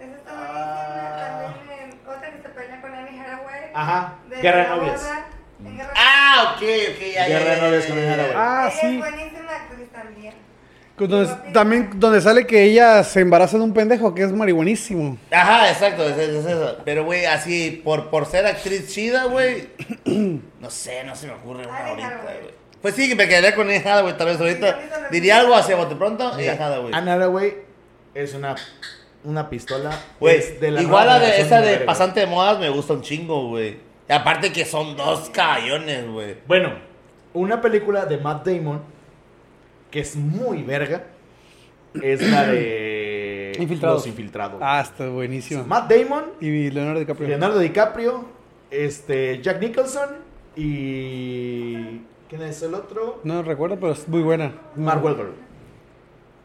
S5: Esa estaba
S3: Ah.
S5: diciendo también en otra que se pelea con Annie Haraway.
S3: Ajá,
S5: De
S3: Guerra de
S5: la
S3: Novias.
S5: boda, en Guerra de
S1: Ah, ok, ok, ya, ya.
S3: Guerra de
S1: ya,
S3: novias
S1: ya,
S3: con
S1: ya,
S3: Ana,
S1: ya.
S3: güey.
S2: Ah,
S5: Ella
S2: sí.
S5: Es buenísima actriz también.
S2: Con donde- también donde sale que ella se embaraza de un pendejo que es marihuanísimo.
S1: Ajá, exacto, es, es- es eso. Pero, güey, así, por, por ser actriz chida, güey, no sé, no se me ocurre una
S5: Anne
S1: ahorita,
S5: Hathaway.
S1: Ah, güey. Pues sí, que me quedaría con Anne Hathaway, tal vez
S5: Sí, a mí
S1: ahorita.
S5: también.
S1: Diría algo hacia bote pronto, Anne Hathaway.
S3: Anne Eh, Hathaway es una, una pistola.
S1: Güey,
S3: es de la
S1: igual
S3: nueva
S1: la de
S3: generación
S1: esa de
S3: mujer, güey.
S1: Pasante de Modas me gusta un chingo, güey. Y aparte que son dos caballones, güey.
S3: Bueno, una película de Matt Damon que es muy verga es la de
S2: Infiltrados.
S3: Los Infiltrados.
S2: Ah, está buenísimo.
S3: Matt Damon,
S2: Y Leonardo DiCaprio.
S3: Leonardo DiCaprio, este Jack Nicholson y ¿quién es el otro?
S2: No recuerdo, pero es muy buena.
S3: Mark Wahlberg.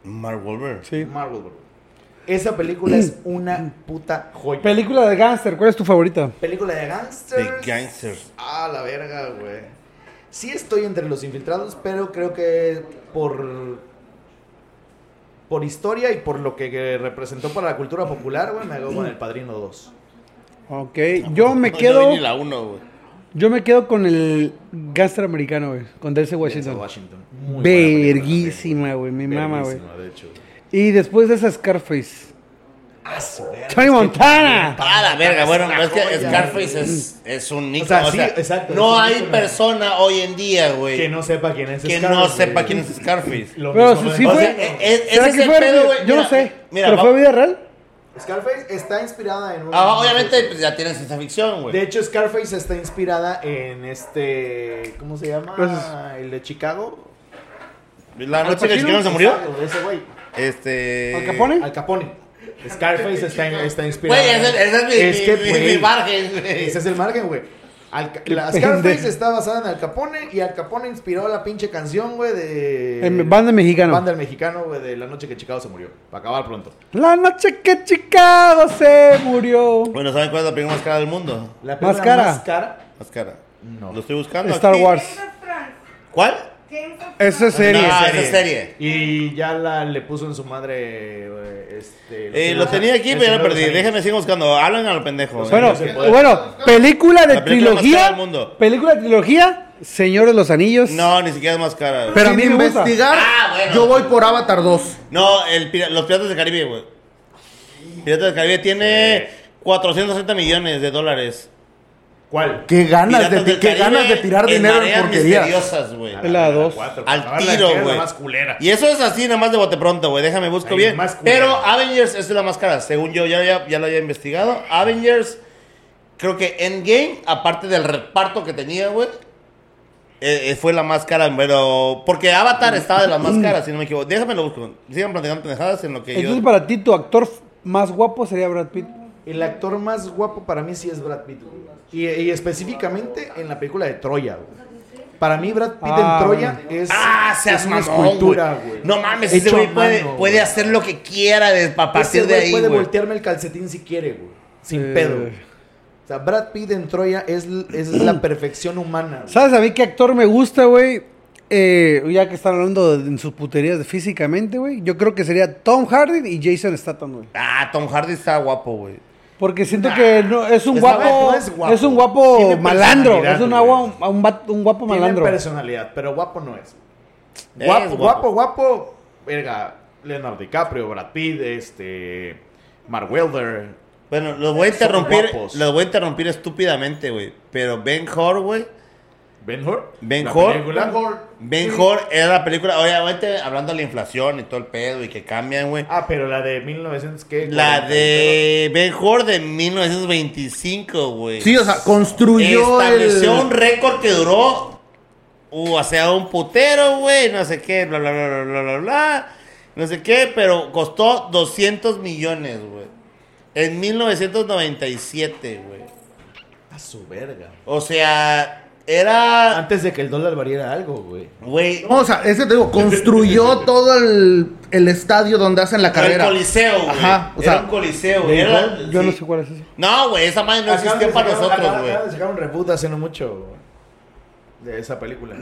S1: Mark Wahlberg.
S2: Sí.
S3: Mark Wahlberg. Esa película es una puta joya.
S2: Película de gánster, ¿cuál es tu favorita?
S3: Película de gangsters.
S1: De gangsters.
S3: Ah, la verga, güey. Sí estoy entre los infiltrados, pero creo que por por historia y por lo que, que representó para la cultura popular, güey, me hago con El Padrino 2.
S2: Ok, yo me
S1: Ah, pues, No,
S2: quedo
S1: No vi ni la uno, güey.
S2: yo me quedo con el gánster americano, güey, con Denzel
S3: Denzel
S2: Washington.
S3: Washington. Muy buena película
S2: Verguísima, güey, mi
S3: también.
S2: mamá, güey.
S3: Verguísima, de hecho.
S2: Y después de esa Scarface.
S3: Ah, su verga.
S2: Tony Montana.
S1: Ah, la verga, bueno,
S3: una
S1: pero es que
S3: joya,
S1: Scarface es, es un ícono.
S3: O sea,
S1: o
S3: sí,
S1: sea,
S3: exacto, es
S1: No
S3: un
S1: hay
S3: ícono.
S1: persona hoy en día, güey,
S3: Que no sepa quién es
S1: que
S3: Scarface,
S1: no sepa
S3: güey.
S1: quién es Scarface.
S3: Lo
S2: Pero sí,
S3: mismo de-
S2: sí
S1: O sea,
S2: fue-
S3: eh,
S1: e- e- ese
S2: ¿Será
S1: es
S2: que
S1: el
S2: fue
S1: pedo,
S2: real?
S1: güey.
S2: Yo no
S1: Mira,
S2: sé.
S1: mira,
S2: ¿Pero
S1: va-
S2: fue vida real?
S3: eh, Scarface está inspirada en un...
S1: Ah, obviamente pues, ya tienen ciencia ficción, güey.
S3: De hecho, Scarface está inspirada en este. ¿Cómo se llama?
S2: Gracias.
S3: El de Chicago.
S1: La
S2: Al
S1: noche que el
S2: Pacino,
S1: chileno se murió,
S3: Exacto, de Ese güey.
S1: este...
S2: ¿Al Capone?
S3: Al Capone. Scarface está, en- está inspirada.
S1: Güey, ese, ese es mi, mi- mi-
S3: güey,
S1: mi margen, güey.
S3: Ese es el margen, güey. Al Ca- la
S2: pendejo.
S3: Scarface está basada en Al Capone y Al Capone inspiró la pinche canción, güey,
S1: Eh,
S3: de.
S2: En banda mexicana.
S3: Banda del mexicano, güey, de la noche que Chicago se murió. Para acabar pronto.
S2: La noche que Chicago se murió.
S1: Bueno, ¿saben cuál es la película más cara del mundo?
S3: La
S2: Más
S3: película
S2: cara.
S3: Más cara.
S1: Más cara.
S3: No.
S1: Lo estoy buscando.
S2: Star
S1: aquí.
S2: Wars.
S3: Pues,
S5: Kings of Thrones.
S1: ¿Cuál?
S5: Kings of
S2: Eso es
S5: Thrones.
S2: serie.
S1: No, Ah, esa es serie.
S3: Y ya la, le puso en su madre. güey, Este, los
S1: Eh, lo
S3: señores-
S1: tenía aquí,
S3: el
S1: pero ya
S3: señor
S1: lo
S3: de los
S1: perdí.
S3: anillos.
S1: Déjenme seguir buscando. Hablan a lo pendejo.
S2: Bueno,
S3: Señor del Poder.
S2: bueno, película de
S1: La película más cara
S2: trilogía.
S1: del mundo.
S2: Película de trilogía, Señor de los Anillos.
S1: No, ni siquiera es más cara. güey.
S2: Pero a
S4: Sin
S2: mí me gusta.
S4: investigar,
S1: Ah, bueno.
S4: yo voy por Avatar 2.
S1: No, el, pira- los Piratas del Caribe, güey. Piratas del Caribe tiene 460 millones de dólares.
S3: ¿Cuál?
S4: Qué ganas, de,
S1: Piratas
S4: ti-
S1: del
S4: qué
S1: Caribe
S4: ganas de tirar
S1: en
S4: dinero en
S1: mareas
S4: porquerías.
S1: misteriosas, güey.
S2: la dos.
S3: cuatro, para
S1: Al
S3: acabar la
S1: tiro,
S3: izquierda,
S1: güey.
S3: más culera.
S1: Y eso es así, nada más de bote pronto, güey. Déjame busco
S3: Ahí,
S1: bien.
S3: más culera.
S1: Pero Avengers es la más cara, según yo ya, ya, ya lo había investigado. Avengers, creo que Endgame, aparte del reparto que tenía, güey, eh, eh, fue la más cara, pero. Porque Avatar estaba de las más caras, si no me equivoco. Déjame lo busco. Sigan platicando pendejadas en lo que
S2: Entonces,
S1: yo.
S2: para ti, tu actor f- más guapo sería Brad Pitt.
S3: El actor más guapo para mí sí es Brad Pitt. güey. Y, y específicamente en la película de Troya, güey. Para mí Brad Pitt
S2: Ah,
S3: en Troya es,
S1: Ah, seas
S3: es una
S1: mamón,
S3: escultura,
S1: güey.
S3: güey.
S1: No mames,
S3: Hecho
S1: ese
S3: a
S1: güey
S3: mano,
S1: puede,
S3: güey.
S1: puede hacer lo que quiera de- a
S3: Ese
S1: partir de
S3: güey
S1: ahí,
S3: puede
S1: güey.
S3: voltearme el calcetín si quiere, güey. Sin
S2: Eh.
S3: pedo. güey. O sea, Brad Pitt en Troya es, l- es la perfección humana. güey.
S2: ¿Sabes a mí qué actor me gusta, güey? Eh, ya que están hablando de- en sus puterías de físicamente, güey. Yo creo que sería Tom Hardy y Jason Statham, güey.
S1: Ah, Tom Hardy está guapo, güey.
S2: Porque siento que no, es un
S3: Es
S2: guapo,
S3: guapo,
S2: es
S3: es guapo.
S2: un guapo
S3: Tiene
S2: malandro. Es
S3: personalidad,
S2: un,
S3: güey.
S2: agua, un, va- un guapo
S3: Tiene
S2: malandro.
S3: personalidad, pero guapo no es.
S1: Es guapo.
S3: Guapo, guapo, guapo, Verga, Leonardo DiCaprio, Brad Pitt, este. Mark Welder.
S1: Bueno, los voy a interrumpir.
S3: guapos.
S1: Los voy a interrumpir estúpidamente, güey. Pero Ben Hor, güey.
S3: Ben Hur.
S1: Ben
S3: la
S1: Hur.
S3: película.
S1: Ben Hor era la película. Obviamente, hablando de la inflación y todo el pedo y que cambian, güey.
S3: Ah, pero la de 1900, ¿qué?
S1: La
S3: 40,
S1: de Ben Hur de 1925, güey.
S4: Sí, o sea, construyó
S1: Estableció un
S4: el...
S1: récord que duró. Uh, o sea, un putero, güey. No sé qué, bla, bla, bla, bla, bla, bla, bla. No sé qué, pero costó 200 millones, güey. En 1997, güey.
S3: A su verga.
S1: O sea, era.
S3: Antes de que el dólar variara algo, güey.
S1: Güey.
S4: No, o sea, es que te digo, construyó todo el, el estadio donde hacen la
S1: El
S4: carrera.
S1: coliseo, güey.
S4: Ajá, o
S1: era
S4: sea,
S1: un coliseo, güey. Era-
S2: Yo no
S1: sí.
S2: sé cuál es ese.
S1: No, güey, esa madre no existió para nosotros, güey.
S3: Sacaron reboot hace no mucho de esa película.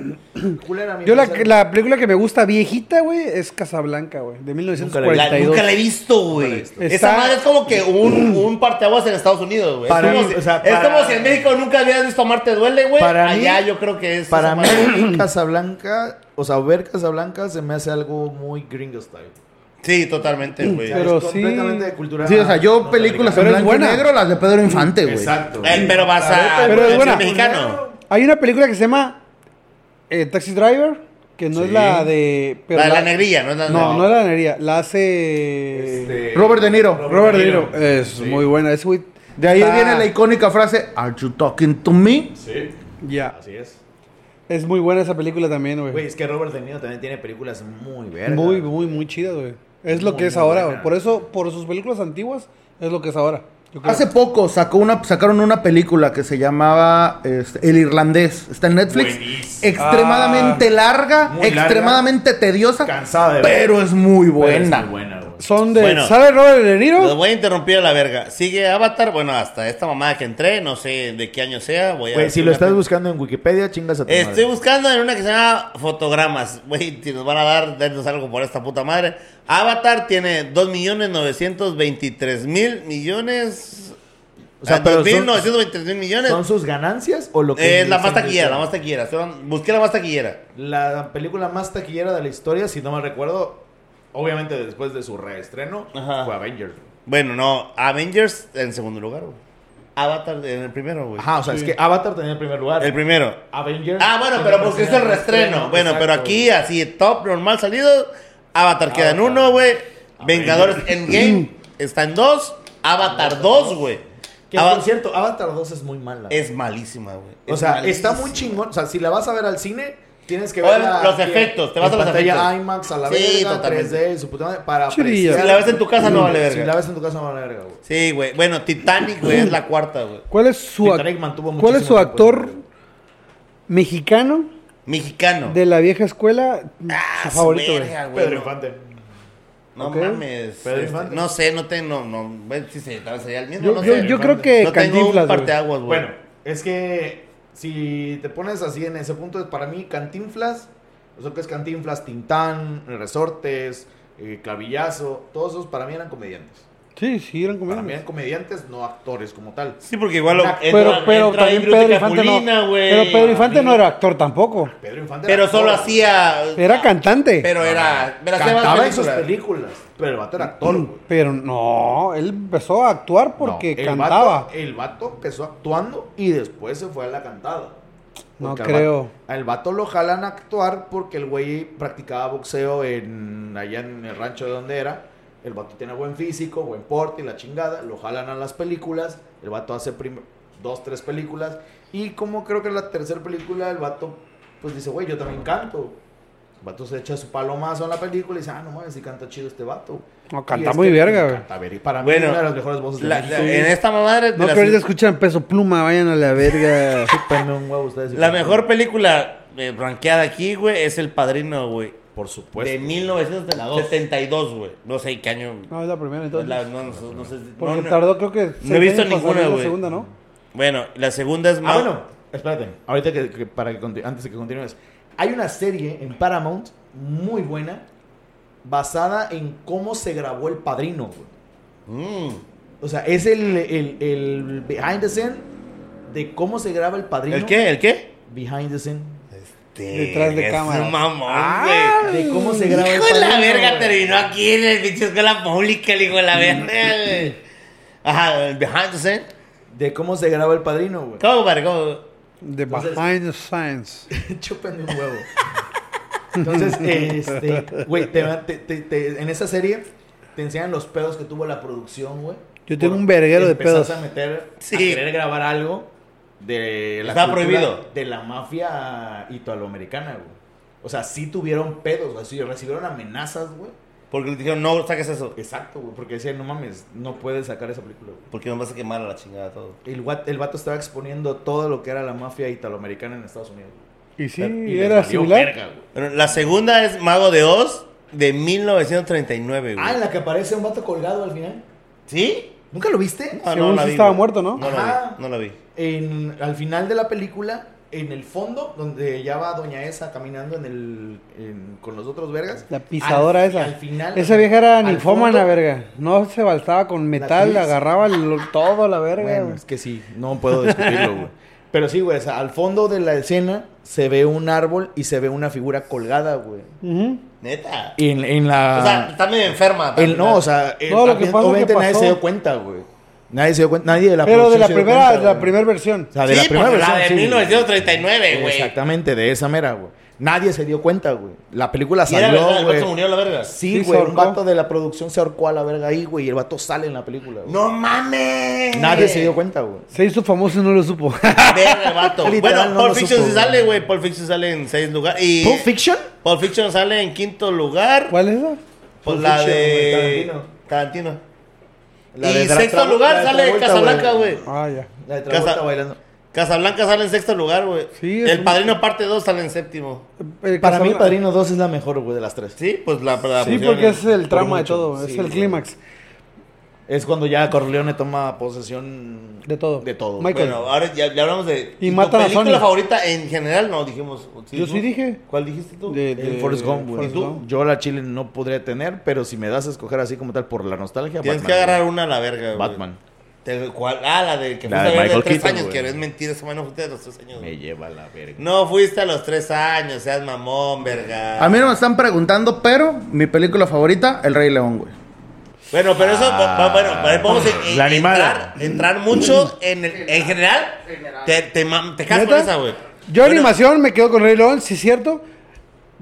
S3: Culera, mi
S2: Yo la,
S3: pensar.
S2: la película que me gusta viejita, güey, es Casablanca, güey, de
S1: Pues, La-
S2: 1942.
S1: nunca la he visto,
S3: Nunca la he
S1: güey.
S3: visto.
S1: Esa
S2: Está-
S1: madre es como que un, un parteaguas en Estados Unidos, güey. Es,
S3: Para
S1: como
S3: mí,
S1: si-
S3: o sea,
S1: es
S3: para-
S1: como si en México nunca habías visto Marte Duele, güey.
S3: Para mí-
S1: Allá yo creo que es.
S3: Para
S1: esa
S3: mí,
S1: madre.
S3: Casablanca, o sea, ver Casablanca se me hace algo muy gringo style.
S1: Sí, totalmente,
S3: O
S1: güey.
S3: sea,
S2: Pero
S3: es
S2: sí.
S3: completamente de cultura.
S4: Sí, o sea, yo
S3: norteamericana.
S4: películas en
S2: Pero es
S4: blanco y
S2: buena.
S4: negro, las de Pedro Infante, güey.
S3: Exacto.
S1: Eh, pero vas a.
S2: Pero es buena.
S1: mexicano.
S2: Hay una película que se llama eh, Taxi Driver, que no es
S1: Sí.
S2: la de... pero
S1: la de la negrilla, ¿no? es La
S2: No, no es la de la negrilla, la hace...
S3: Este,
S4: Robert De Niro.
S2: Robert De Niro. Es
S3: Sí.
S2: muy buena, es muy...
S4: De ahí
S3: Ah.
S2: está-
S4: viene la icónica frase, ¿Are you talking to me?
S3: Sí.
S2: Ya,
S3: Así es.
S2: es muy buena esa película también,
S3: Güey,
S2: güey.
S3: es que Robert De Niro también tiene películas muy vergas.
S2: Muy, muy, muy chida, güey. Es lo
S3: Muy,
S2: que es
S3: muy
S2: ahora,
S3: buena.
S2: güey. Por eso, por sus películas antiguas, es lo que es ahora. yo creo.
S4: Hace poco sacó una, sacaron una película que se llamaba este, El Irlandés. Está en Netflix.
S3: Buenísima. Ah.
S4: Extremadamente larga,
S3: Muy larga.
S4: extremadamente tediosa,
S3: Cansada de ver.
S4: pero es muy
S3: Pero
S4: buena.
S3: es muy buena, güey.
S2: Son de...
S1: Bueno.
S2: ¿Sabe Robert De Niro?
S1: Los voy a interrumpir a la verga. Sigue Avatar, bueno, hasta esta mamada que entré, no sé de qué año sea. Voy a
S3: Güey, si lo estás buscando en Wikipedia, chingas a tu
S1: Estoy
S3: madre.
S1: buscando en una que se llama Fotogramas. Güey, si nos van a dar, denos algo por esta puta madre. Avatar tiene 2.923.000 millones.
S3: O sea,
S1: Ah,
S3: pero son-
S1: 2.923.000 millones.
S3: ¿Son sus ganancias o lo que
S1: es la más
S3: ingresan
S1: taquillera,
S3: de-
S1: la más taquillera. Son- Busqué la más taquillera.
S3: La película más taquillera de la historia, si no me recuerdo, obviamente después de su reestreno,
S1: Ajá.
S3: fue Avengers.
S1: Bueno, no, Avengers en segundo lugar, güey. Avatar en el primero, güey.
S3: Ajá, o sea, es que Avatar tenía el primer lugar.
S1: Pues El primero.
S3: Avengers.
S1: Ah, bueno,
S3: tenía
S1: pero porque es el reestreno. Bueno,
S3: exacto,
S1: pero aquí, así, top, normal salido. Avatar queda en
S3: Avatar. Ah,
S1: uno, güey.
S3: Avengers.
S1: Vengadores Endgame está en dos. Avatar 2, güey.
S3: Que
S1: Ava-
S3: por cierto, Avatar 2 es muy mala.
S1: Es malísima, güey.
S3: o
S1: Es
S3: sea, está
S1: malísima.
S3: muy chingón. O sea, si la vas a ver al cine, tienes que
S1: Oye,
S3: verla.
S1: los
S3: bien,
S1: efectos, te vas
S3: en
S1: a los
S3: pantalla
S1: efectos.
S3: IMAX a la
S1: Sí,
S3: verga,
S1: totalmente.
S3: 3D, su puta madre, para
S2: Chirilla.
S1: Si la ves en tu casa, no vale verga.
S3: Si la ves en tu casa, no vale verga, güey.
S1: Sí, güey. Bueno, Titanic, güey, es la cuarta, güey.
S2: ¿Cuál es su, ac-
S3: Titanic mantuvo
S2: ¿cuál es su
S3: muchísimo tiempo
S2: actor
S3: en-
S2: mexicano
S1: Mexicano.
S2: de la vieja escuela
S1: Ah,
S2: su favorito, güey?
S1: verga, güey,
S3: Pedro
S1: no.
S3: Infante.
S1: No
S2: Ok.
S1: mames.
S3: Pedro
S1: este,
S3: Infante.
S1: no sé, no tengo. No, no, sí, sí, tal vez sería el mismo.
S2: Yo,
S1: no
S2: yo-
S1: sé.
S2: yo
S3: Pedro
S2: creo
S3: Infante.
S2: que
S1: no tengo un
S2: Cantinflas, güey.
S1: parteaguas, güey.
S3: Bueno, es que si te pones así en ese punto, para mí Cantinflas, o sea, que es Cantinflas, Tintán, Resortes, eh, Clavillazo, todos esos para mí eran comediantes.
S2: Sí, sí, eran
S3: Para mí
S2: comediantes.
S3: eran comediantes, no actores como tal.
S1: Sí, porque igual lo-
S3: Pero-
S2: Pero, pero
S1: entra ahí
S2: también
S1: Bruto
S2: Pedro Infante
S1: Capulina,
S2: no.
S1: güey.
S2: Pero Pedro Infante no era actor tampoco.
S3: Pedro Infante
S1: Pero
S3: era
S1: solo
S3: actor.
S1: hacía.
S2: Era cantante. Pero,
S1: Pero era. Pero hacía más
S3: Cantaba en sus
S1: películas.
S3: películas, pero el vato era actor, güey.
S2: no, él empezó a actuar porque
S3: No, el
S2: cantaba.
S3: vato- el vato empezó actuando y después se fue a la cantada.
S2: No
S3: Porque al
S2: creo.
S3: vato- Al vato lo jalan a actuar porque el güey practicaba boxeo en, allá en el rancho de donde era. El vato tiene buen físico, buen porte y la chingada. Lo jalan a las películas. El vato hace prim- dos, tres películas. Y como creo que en la tercera película el vato pues dice, güey, yo también canto. El vato se echa su palomazo en la película y dice, ah, no mames, si canta chido este vato.
S2: No,
S3: Y
S2: canta
S3: es
S2: muy
S3: que
S2: verga, güey.
S3: canta ver- y para mí,
S1: Bueno,
S3: una de las mejores voces de
S1: La-
S3: México.
S1: la- en esta mamada de
S2: No,
S1: las-
S2: que ahorita escuchan peso pluma, vayan a la verga.
S3: Chúpenme un huevo ustedes.
S1: la mejor película eh, rankeada aquí, güey, es El Padrino, güey.
S3: Por supuesto.
S1: de 1972, güey. No sé qué año.
S2: No, es la primera entonces.
S1: La- no, no- no sé si-
S2: Porque
S1: no, no.
S2: tardó, creo que. seis
S1: he visto
S2: años para
S1: ninguna,
S2: salir La
S1: güey.
S2: segunda, ¿no?
S1: Bueno, la segunda es
S3: Ah,
S1: más.
S3: bueno, espérate. Ahorita que, que- para que conti- antes de que continúes. Hay una serie en Paramount muy buena basada en cómo se grabó El Padrino. güey.
S1: Mm.
S3: O sea, es el, el, el behind the scene de cómo se graba El Padrino.
S1: ¿El qué? ¿El qué?
S3: Behind the scene.
S1: Este,
S2: Detrás de
S1: es
S2: cámara.
S1: un mamón, güey.
S3: De cómo Ah, se graba
S1: Hijo
S3: El
S1: de la
S3: Padrino,
S1: verga,
S3: güey.
S1: terminó aquí en el pinche escuela pública, el hijo de la verga, güey. Ajá, el behind the scene.
S3: De cómo se graba El Padrino, güey.
S1: ¿Cómo, compadre? ¿Cómo?
S2: The
S3: Entonces-
S2: Behind the Science.
S3: Chúpenme un huevo. Entonces, este, güey, te, va- te- te- te- en esa serie te enseñan los pedos que tuvo la producción, güey.
S2: Yo tengo
S3: Por
S2: un verguero de
S3: empezarse
S2: pedos.
S3: a meter,
S1: Sí.
S3: a querer grabar algo de la
S1: Está
S3: cultura
S1: prohibido.
S3: de la mafia italoamericana, güey. O sea, sí tuvieron pedos, güey, sí recibieron amenazas, güey.
S1: Porque le dijeron, no saques eso.
S3: Exacto, güey, porque decían, no mames, no puedes sacar esa película, güey.
S1: Porque nos vas a quemar a la chingada todo.
S3: El, guat- el vato estaba exponiendo todo lo que era la mafia italoamericana en Estados Unidos. güey.
S2: Y sí,
S3: Y les
S2: era
S3: valió
S2: similar.
S3: verga, güey.
S1: Bueno, la segunda es Mago de Oz de 1939, güey.
S3: Ah, en la que aparece un vato colgado al final.
S1: ¿Sí?
S3: ¿Nunca lo viste?
S1: Ah,
S2: Según sí
S1: vi,
S2: estaba
S1: güey.
S2: muerto, ¿no?
S1: No la
S3: Ajá.
S1: vi, no la vi.
S3: En, al final de la película, en el fondo, donde ya va Doña Esa caminando en el, en- con los otros vergas.
S2: La pisadora
S3: Al-
S2: esa.
S3: Al final.
S2: esa vieja era
S3: al
S2: ninfómana,
S3: fondo-
S2: verga. No se baltaba con metal,
S3: actriz.
S2: agarraba lo- todo la verga.
S3: Bueno,
S2: güey.
S3: es que sí, no puedo discutirlo, güey. Pero sí, güey, o sea, al fondo de la escena se ve un árbol y se ve una figura colgada, güey.
S2: Ujú.
S1: Neta.
S3: En, en
S1: O sea,
S3: la.
S1: está medio enferma.
S3: el, no, o sea, el-
S2: No, lo que pasa es que
S3: obviamente nadie
S2: pasó.
S3: se dio cuenta, güey. Nadie se dio cuenta, nadie de la
S2: Pero de
S3: producción
S2: la
S3: se dio
S2: primera,
S3: cuenta,
S2: la
S3: güey.
S2: primera versión.
S3: O sea, de la primera
S1: pues,
S3: versión,
S1: la de
S3: sí, güey.
S1: 1939, güey.
S3: Exactamente, de esa mera, güey. Nadie se dio cuenta, güey. La película
S1: Y era verdad,
S3: salió,
S1: el vato
S3: güey.
S1: se murió a la verga.
S3: Sí,
S2: Sí,
S3: güey.
S2: se
S3: un
S2: ahorcó.
S3: vato de la producción se ahorcó a la verga ahí, güey. Y el vato sale en la película, güey.
S1: ¡No mames!
S3: Nadie se dio cuenta, güey.
S2: Se hizo famoso y no lo supo.
S1: Verga, el vato.
S3: Literal,
S1: bueno,
S3: no
S1: Pulp
S3: lo
S1: Fiction
S3: supo,
S1: sí
S3: güey.
S1: sale, güey. Pulp Fiction sale en seis lugares. Y
S3: ¿Pulp Fiction?
S1: Pulp Fiction sale en quinto lugar.
S2: ¿Cuál es esa?
S1: Pues
S3: Pulp
S1: la
S3: Fiction,
S1: de...
S3: güey, Tarantino.
S1: Tarantino.
S3: La
S1: y
S3: de Tra-
S1: sexto
S3: Tra- la
S1: lugar
S3: de
S1: sale
S3: Travolta,
S1: Casablanca, güey.
S2: Ah, ya.
S3: La de Travolta
S1: Casa-
S3: bailando.
S1: Casablanca sale en sexto lugar, güey.
S2: Sí, es
S1: el
S2: un-
S1: Padrino Parte 2 sale en séptimo.
S2: El
S3: Para mí,
S2: Casablanca-
S3: Padrino 2 es la mejor, güey, de las tres.
S1: Sí, pues la... la
S2: Sí,
S1: pusieron
S2: porque
S1: en-
S2: es el trama de
S3: mucho.
S2: todo,
S3: Sí,
S2: es el
S3: güey.
S2: clímax
S3: Es cuando ya Corleone toma posesión
S2: de todo.
S3: De todo.
S2: Michael.
S1: Bueno, ahora ya, ya hablamos de...
S2: Y
S1: tu
S2: matan a
S1: película
S2: Sony.
S1: favorita en general? No, dijimos...
S2: Yo sí dije.
S1: ¿Cuál dijiste tú?
S2: De-
S3: El Forrest Gump, güey.
S2: Eh, Forrest Gump.
S3: Yo la Chile no podría tener, pero si me das a escoger así como tal por la nostalgia,
S1: Tienes
S3: Batman,
S1: que
S3: güey.
S1: agarrar una a la verga, güey.
S3: Batman.
S1: Te- ¿cuál? Ah, la de que fuiste
S3: La
S1: a
S3: de
S1: ver de
S3: Michael
S1: tres
S3: Keaton,
S1: años,
S3: güey.
S1: que es mentira, esa mano fuiste a los tres años.
S3: Me
S1: güey.
S3: lleva la verga.
S1: No fuiste a los tres años, seas mamón, verga.
S4: A mí no me están preguntando, pero mi película favorita, El Rey León, güey.
S1: Bueno, pero eso,
S3: Ah.
S1: va- bueno, pero vamos a en- entrar,
S3: La animada.
S1: entrar mucho en, el, en general. Te, te, mam- te casas con
S2: ¿Neta?
S1: esa, güey.
S2: Yo
S1: Bueno,
S2: animación me quedo con Rey León, sí es cierto,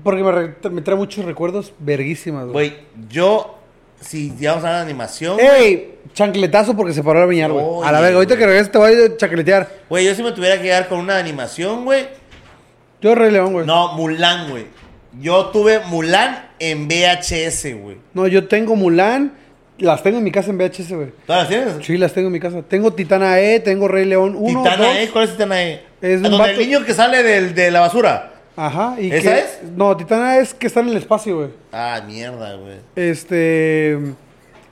S2: porque me, re- me trae muchos recuerdos verguísimas, güey.
S1: Güey, yo, si ya vamos a hablar de animación,
S2: Eh. Ey, chancletazo porque se paró la viñar, güey.
S1: Oye,
S2: A la verga, ahorita
S1: güey.
S2: que regreses te voy a chancletear.
S1: güey, yo si me tuviera que quedar con una animación, güey.
S2: Yo Rey León, güey. No.
S1: No, Mulan, güey. Yo tuve Mulan en VHS, güey.
S2: yo tengo Mulan, las tengo en mi casa en VHS, güey.
S1: ¿Todas las tienes?
S2: Sí, las tengo en mi casa. Tengo Titana E, tengo Rey León 1,
S1: Titana
S2: dos.
S1: E, ¿cuál es Titana E? Ah,
S2: Es un
S1: donde
S2: vato-
S1: el niño que sale del, de la basura.
S2: Ajá, y
S1: ¿Esa
S2: que-
S1: es?
S2: No, Titana E es que está en el espacio, güey.
S1: Ah, mierda, güey.
S2: Este.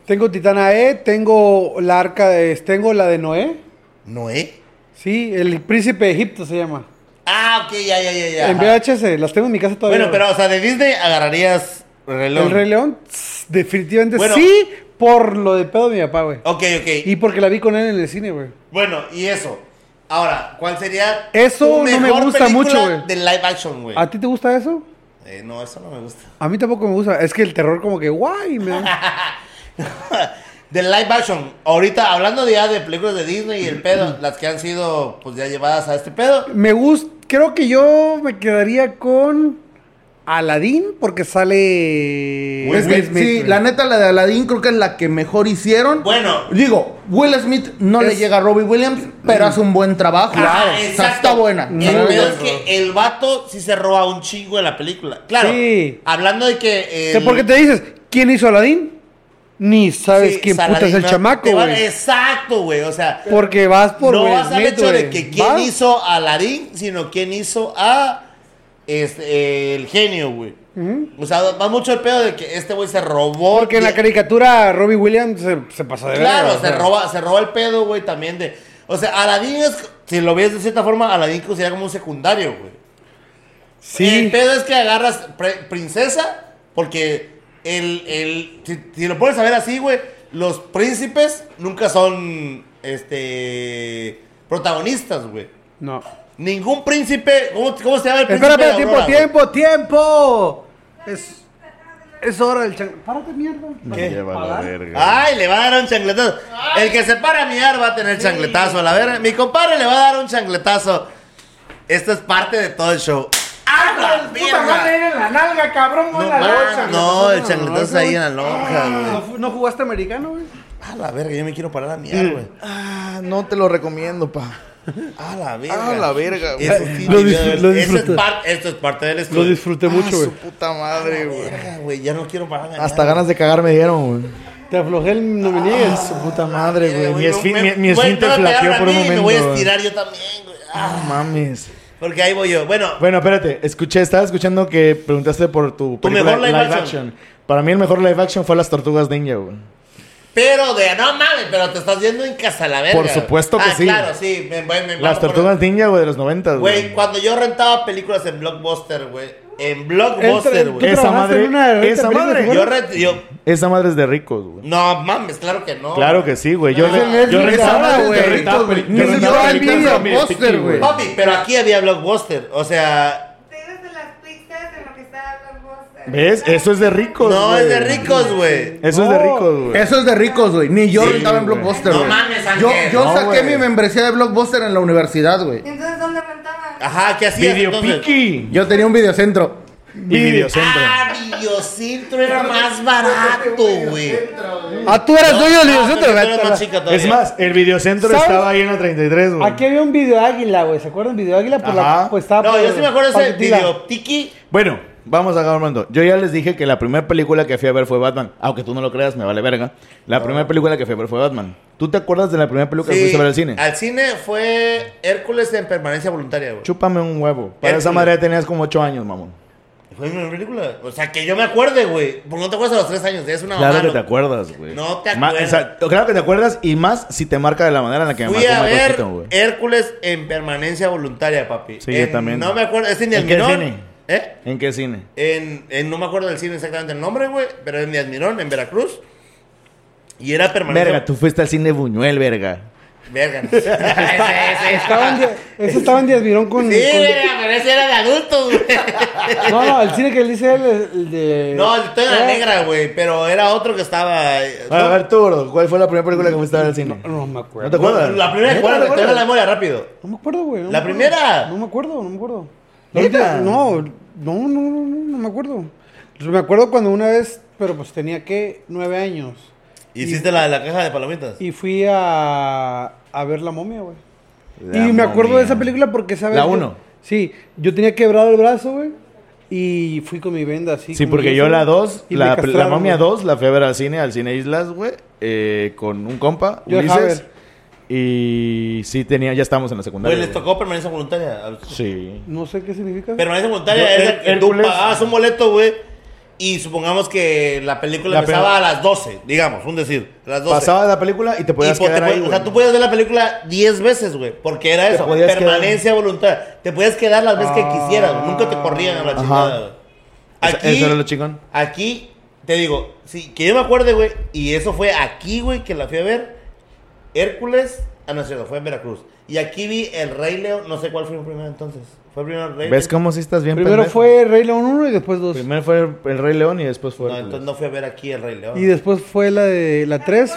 S2: Tengo Titana E, tengo la arca de. Tengo la de Noé.
S1: ¿Noé?
S2: Sí, el príncipe de Egipto se llama.
S1: Ah, ok, ya, ya, ya, ya.
S2: En
S1: ajá.
S2: VHS, las tengo en mi casa todavía.
S1: Bueno, pero, o sea, de Disney agarrarías reloj.
S2: El Rey León, tss, definitivamente
S1: Bueno.
S2: sí, por lo de pedo de mi papá, güey.
S1: Ok, ok.
S2: Y porque la vi con él en el cine, güey.
S1: Bueno, y eso. Ahora, ¿cuál sería
S2: Eso
S1: tu
S2: no me
S1: mejor
S2: gusta
S1: película
S2: mucho, güey.
S1: de live action, güey?
S2: ¿A ti te gusta eso?
S1: Eh, no, eso no me gusta.
S2: A mí tampoco me gusta. Es que el terror, como que, guay, me da-
S1: De live action, ahorita hablando ya de películas de Disney y el pedo, las que han sido pues ya llevadas a este pedo.
S2: Me gusta. Creo que yo me quedaría con. Aladdin porque sale
S1: Will
S4: Es que,
S1: Smith,
S4: sí, la neta, la de Aladdin creo que es la que mejor hicieron.
S1: Bueno.
S4: Digo, Will Smith no le
S2: Es-
S4: llega a Robbie Williams, pero hace un buen trabajo.
S1: Claro,
S4: O sea, está buena.
S1: El
S4: Está
S1: pedo
S4: buena.
S1: es que el vato sí se roba un chingo de la película. Claro.
S2: Sí.
S1: Hablando de que.
S2: ¿Qué-
S1: el-
S2: ¿Por qué te dices quién hizo Aladdin? Ni sabes
S1: sí,
S2: quién puta es
S1: Saladino,
S2: el chamaco,
S1: te vale-
S2: güey.
S1: Exacto, güey. O sea,
S2: Porque vas por
S1: no
S2: Will
S1: vas al
S2: Smith,
S1: hecho de
S2: güey.
S1: que quién
S2: Vas-
S1: hizo a Larín, sino quién hizo a este, el genio, güey. O sea, va mucho el pedo de que este güey se robó.
S2: Porque en la
S1: de-
S2: caricatura Robbie Williams se, se pasa de
S1: Claro,
S2: verga, o
S1: se
S2: sea.
S1: roba, se roba el pedo, güey, también de. O sea, Aladdin es. Si lo ves de cierta forma, Aladdin sería como un secundario, güey. El
S2: Sí.
S1: pedo es que agarras pre- princesa, porque el, el- si, si lo puedes saber así, güey, los príncipes nunca son este protagonistas, güey.
S2: No.
S1: Ningún príncipe, ¿cómo, cómo se llama el príncipe?
S2: Espera, espera,
S1: de
S2: tiempo,
S1: Aurora, güey?
S2: tiempo, tiempo. Es, es hora del chan. Párate, mierda. ¿Qué? ¿Pagar?
S1: Ay, le va a dar un changletazo. El que se para a mirar va a tener changletazo. A la verga, mi compadre le va a dar un changletazo. Esto es parte de todo el show. ¡Ah, la
S2: Puta madre,
S1: mierda!
S2: era en la nalga, cabrón, no
S1: No,
S2: en la
S1: mames,
S2: locha.
S1: no, el changletazo es ahí en la lonja, güey.
S2: Ah, ¿No jugaste americano, güey?
S1: A la verga, yo me quiero parar a mirar, güey.
S3: Ah, no te lo recomiendo, pa.
S1: A la verga.
S3: A la verga, güey.
S1: Eso sí,
S2: Lo
S1: mi
S2: dis-
S1: brother.
S2: lo
S1: Eso es
S2: disfruté.
S1: par- esto es parte del
S2: Lo
S1: estudio.
S2: disfruté
S3: Ah,
S2: mucho, güey.
S3: su puta madre, güey.
S1: Verga, güey, ya no quiero pararme a
S3: Hasta
S1: mirar,
S3: ganas de cagar me dieron, güey.
S2: Te aflojé el
S1: Ah,
S2: no me niegues.
S3: Su puta madre,
S1: güey,
S3: güey. Mi
S1: no,
S3: esfín-
S1: me-
S3: mi- mi
S1: güey, no
S3: esfínter
S1: me pegaron
S3: flaqueó
S1: a
S3: por
S1: mí,
S3: un
S1: Me
S3: momento.
S1: voy a
S3: güey.
S1: estirar yo también, güey.
S3: Ah,
S1: Ah,
S3: mames.
S1: porque ahí voy yo. Bueno,
S3: Bueno, espérate, escuché, estaba escuchando que preguntaste por tu,
S1: mejor live action.
S3: Para mí el mejor live action fue Las Tortugas Ninja, güey.
S1: pero de. No mames, pero te estás yendo en casa a la verga.
S3: Por
S1: güey.
S3: supuesto que
S1: Ah,
S3: sí.
S1: Claro, sí. Me, me- me-
S3: Las
S1: vamos por-
S3: Tortugas Ninja, güey, de los 90,
S1: Güey,
S3: güey.
S1: cuando yo rentaba películas en Blockbuster, güey. En
S2: Entra-
S1: Blockbuster,
S2: tú
S1: güey.
S3: Esa
S2: trabajaste
S3: madre-
S2: en una renta
S3: esa
S2: película,
S3: madre.
S2: ¿te
S1: Yo,
S2: acuerdas?
S1: rent- yo.
S3: Esa madre es de ricos, güey.
S1: No mames, claro que no.
S3: Claro que sí, güey. Yo,
S2: Es el
S3: yo
S2: Netflix
S3: rentaba-
S2: ahora,
S3: yo
S2: güey.
S3: rentaba-
S4: Ni
S3: yo
S4: el
S3: rentaba
S4: Prime
S3: películas
S4: Video
S3: a mi
S4: Poster,
S3: Piqui,
S4: güey.
S1: Papi, pero aquí había Blockbuster. O sea,
S5: Ustedes de las pizzas en lo que está hablando vos.
S3: ¿Ves? Eso es de ricos,
S1: No,
S3: güey.
S1: es de ricos, güey.
S3: Eso es de ricos, güey.
S4: Eso es de ricos, güey. Ni yo
S1: Sí,
S4: rentaba en
S3: güey.
S4: Blockbuster,
S1: No
S4: güey.
S1: mames,
S4: yo
S1: Ángel.
S4: yo
S3: No,
S4: saqué
S3: güey.
S4: mi membresía de Blockbuster en la universidad, güey.
S5: Entonces, ¿dónde rentaban?
S1: Ajá, ¿qué hacías
S3: Video
S1: entonces?
S3: Piqui
S4: Yo tenía un videocentro.
S3: y Videocentro.
S1: Ah, Videocentro era más barato, güey.
S2: Ah, tú eras dueño del
S1: Ah,
S2: videocentro.
S1: pero tú eras
S2: Vete a
S1: más
S2: la-
S1: chica todavía.
S3: Es más, el Videocentro
S2: ¿Sabes?
S3: estaba ahí en la 33, güey.
S2: Aquí había un video águila, güey. ¿Se acuerdan? Video águila por la.
S3: Ajá.
S2: Pues estaba
S1: No,
S2: por-
S1: yo sí me acuerdo de ese
S2: Paquetila.
S1: Videotiki.
S3: Bueno, vamos acá, Armando. Yo ya les dije que la primera película que fui a ver fue Batman. Aunque tú no lo creas, me vale verga. La primera película que fui a ver fue Batman. ¿Tú te acuerdas de la primera película que
S1: Sí,
S3: fuiste a ver al cine?
S1: Al cine fue Hércules en permanencia voluntaria, güey.
S3: Chúpame un huevo. Para
S1: Hércules.
S3: esa madre ya tenías como 8 años, mamón.
S1: Fue una película. O sea, que yo me acuerde, güey. Porque no te acuerdas a los tres años. Es una
S3: Claro
S1: mamá,
S3: que
S1: ¿no?
S3: te acuerdas, güey.
S1: No te
S3: Ma-
S1: acuerdas.
S3: esa- claro que te acuerdas y más si te marca de la manera en la que me
S1: Fui
S3: marcó
S1: a
S3: Michael
S1: ver
S3: Keaton, güey.
S1: Hércules en permanencia voluntaria, papi.
S3: Sí, yo
S1: En-
S3: también.
S1: No me acuerdo. Es en el
S3: ¿En qué
S1: Mirón.
S3: cine?
S1: ¿Eh?
S3: ¿En qué cine?
S1: En, en- no me acuerdo del cine exactamente el nombre, güey, pero en mi Admirón, en Veracruz. Y era permanente.
S3: Verga, tú fuiste al cine Buñuel, verga.
S1: Verga. Ese, ese.
S2: Estaba en die- Ese estaba en Díaz Mirón con.
S1: Sí,
S2: con-
S1: verga, pero ese era de adultos, güey.
S2: No, no, el cine que él dice él, el de.
S1: No, el de la
S2: Eh,
S1: negra, güey, pero era otro que estaba. eh,
S3: A
S1: no,
S3: ver, tú, bro, ¿cuál fue la primera película que fuiste a ver al cine?
S2: No me
S3: ¿No te
S2: acuerdo.
S3: acuerdas?
S1: La primera,
S3: ¿Neta,
S1: ¿cuál?
S3: te
S1: Te
S3: acuerdas?
S1: la memoria rápido.
S2: No me acuerdo, güey.
S1: ¿La
S2: no me acuerdo.
S1: primera?
S2: No me acuerdo, no me acuerdo. La
S3: ¿Neta?
S2: última- No, no, no, no, no, no me acuerdo. Me acuerdo cuando una vez, pero pues tenía que nueve años.
S1: Hiciste la de la caja de palomitas.
S2: Y fui a, a ver la momia, güey.
S3: La
S2: Y me acuerdo
S3: momia.
S2: de esa película porque esa vez
S3: La
S2: yo-
S3: uno.
S2: Sí, yo tenía quebrado el brazo, güey. Y fui con mi venda así.
S3: Sí,
S2: como
S3: porque
S2: yo
S3: yo
S2: soy,
S3: la 2,
S2: y
S3: la,
S2: me
S3: la
S2: castraron,
S3: momia
S2: güey.
S3: 2, la fui a ver al cine, al cine Islas, güey, eh, con un compa,
S2: Yo dejaba
S3: Ulises.
S2: ver.
S3: Y sí tenía, ya estábamos en la
S1: Güey,
S3: secundaria.
S1: les
S3: güey.
S1: tocó permanencia voluntaria. a los-
S3: Sí.
S2: No sé qué significa.
S1: Permanencia voluntaria
S3: Yo,
S1: es
S3: Her-
S1: el que tú
S3: Hércules.
S1: pagabas un boleto, güey. Y supongamos que la película
S3: La
S1: empezaba
S3: pe-
S1: a las 12, digamos, un decir. A las 12.
S3: Pasaba la película y te
S1: Y
S3: podías
S1: pues,
S3: quedar
S1: te
S3: ahí,
S1: puede- o
S3: güey.
S1: sea, tú podías ver la película 10 veces, güey. Porque era
S3: Te
S1: eso,
S3: podías
S1: permanencia voluntaria. Te podías quedar las veces que
S2: Ah.
S1: quisieras. güey. Nunca te corrían a la chingada, güey.
S3: Eso-
S1: Aquí,
S3: eso era lo chingón.
S1: Aquí, te digo, sí, que yo me acuerde, güey. Y eso fue aquí, güey, que la fui a ver. Hércules, ah, no es cierto, fue en Veracruz. Y aquí vi El Rey León, no sé cuál fue primero entonces. Fue primero el Rey
S3: ¿Ves
S1: León?
S3: cómo sí estás bien
S2: Primero
S3: pendejo?
S2: fue Rey León 1 y después 2.
S3: Primero fue el, el Rey León y después fue...
S1: No,
S3: Hércules.
S1: entonces no fui a ver aquí El Rey León.
S2: Y después fue la de la 3.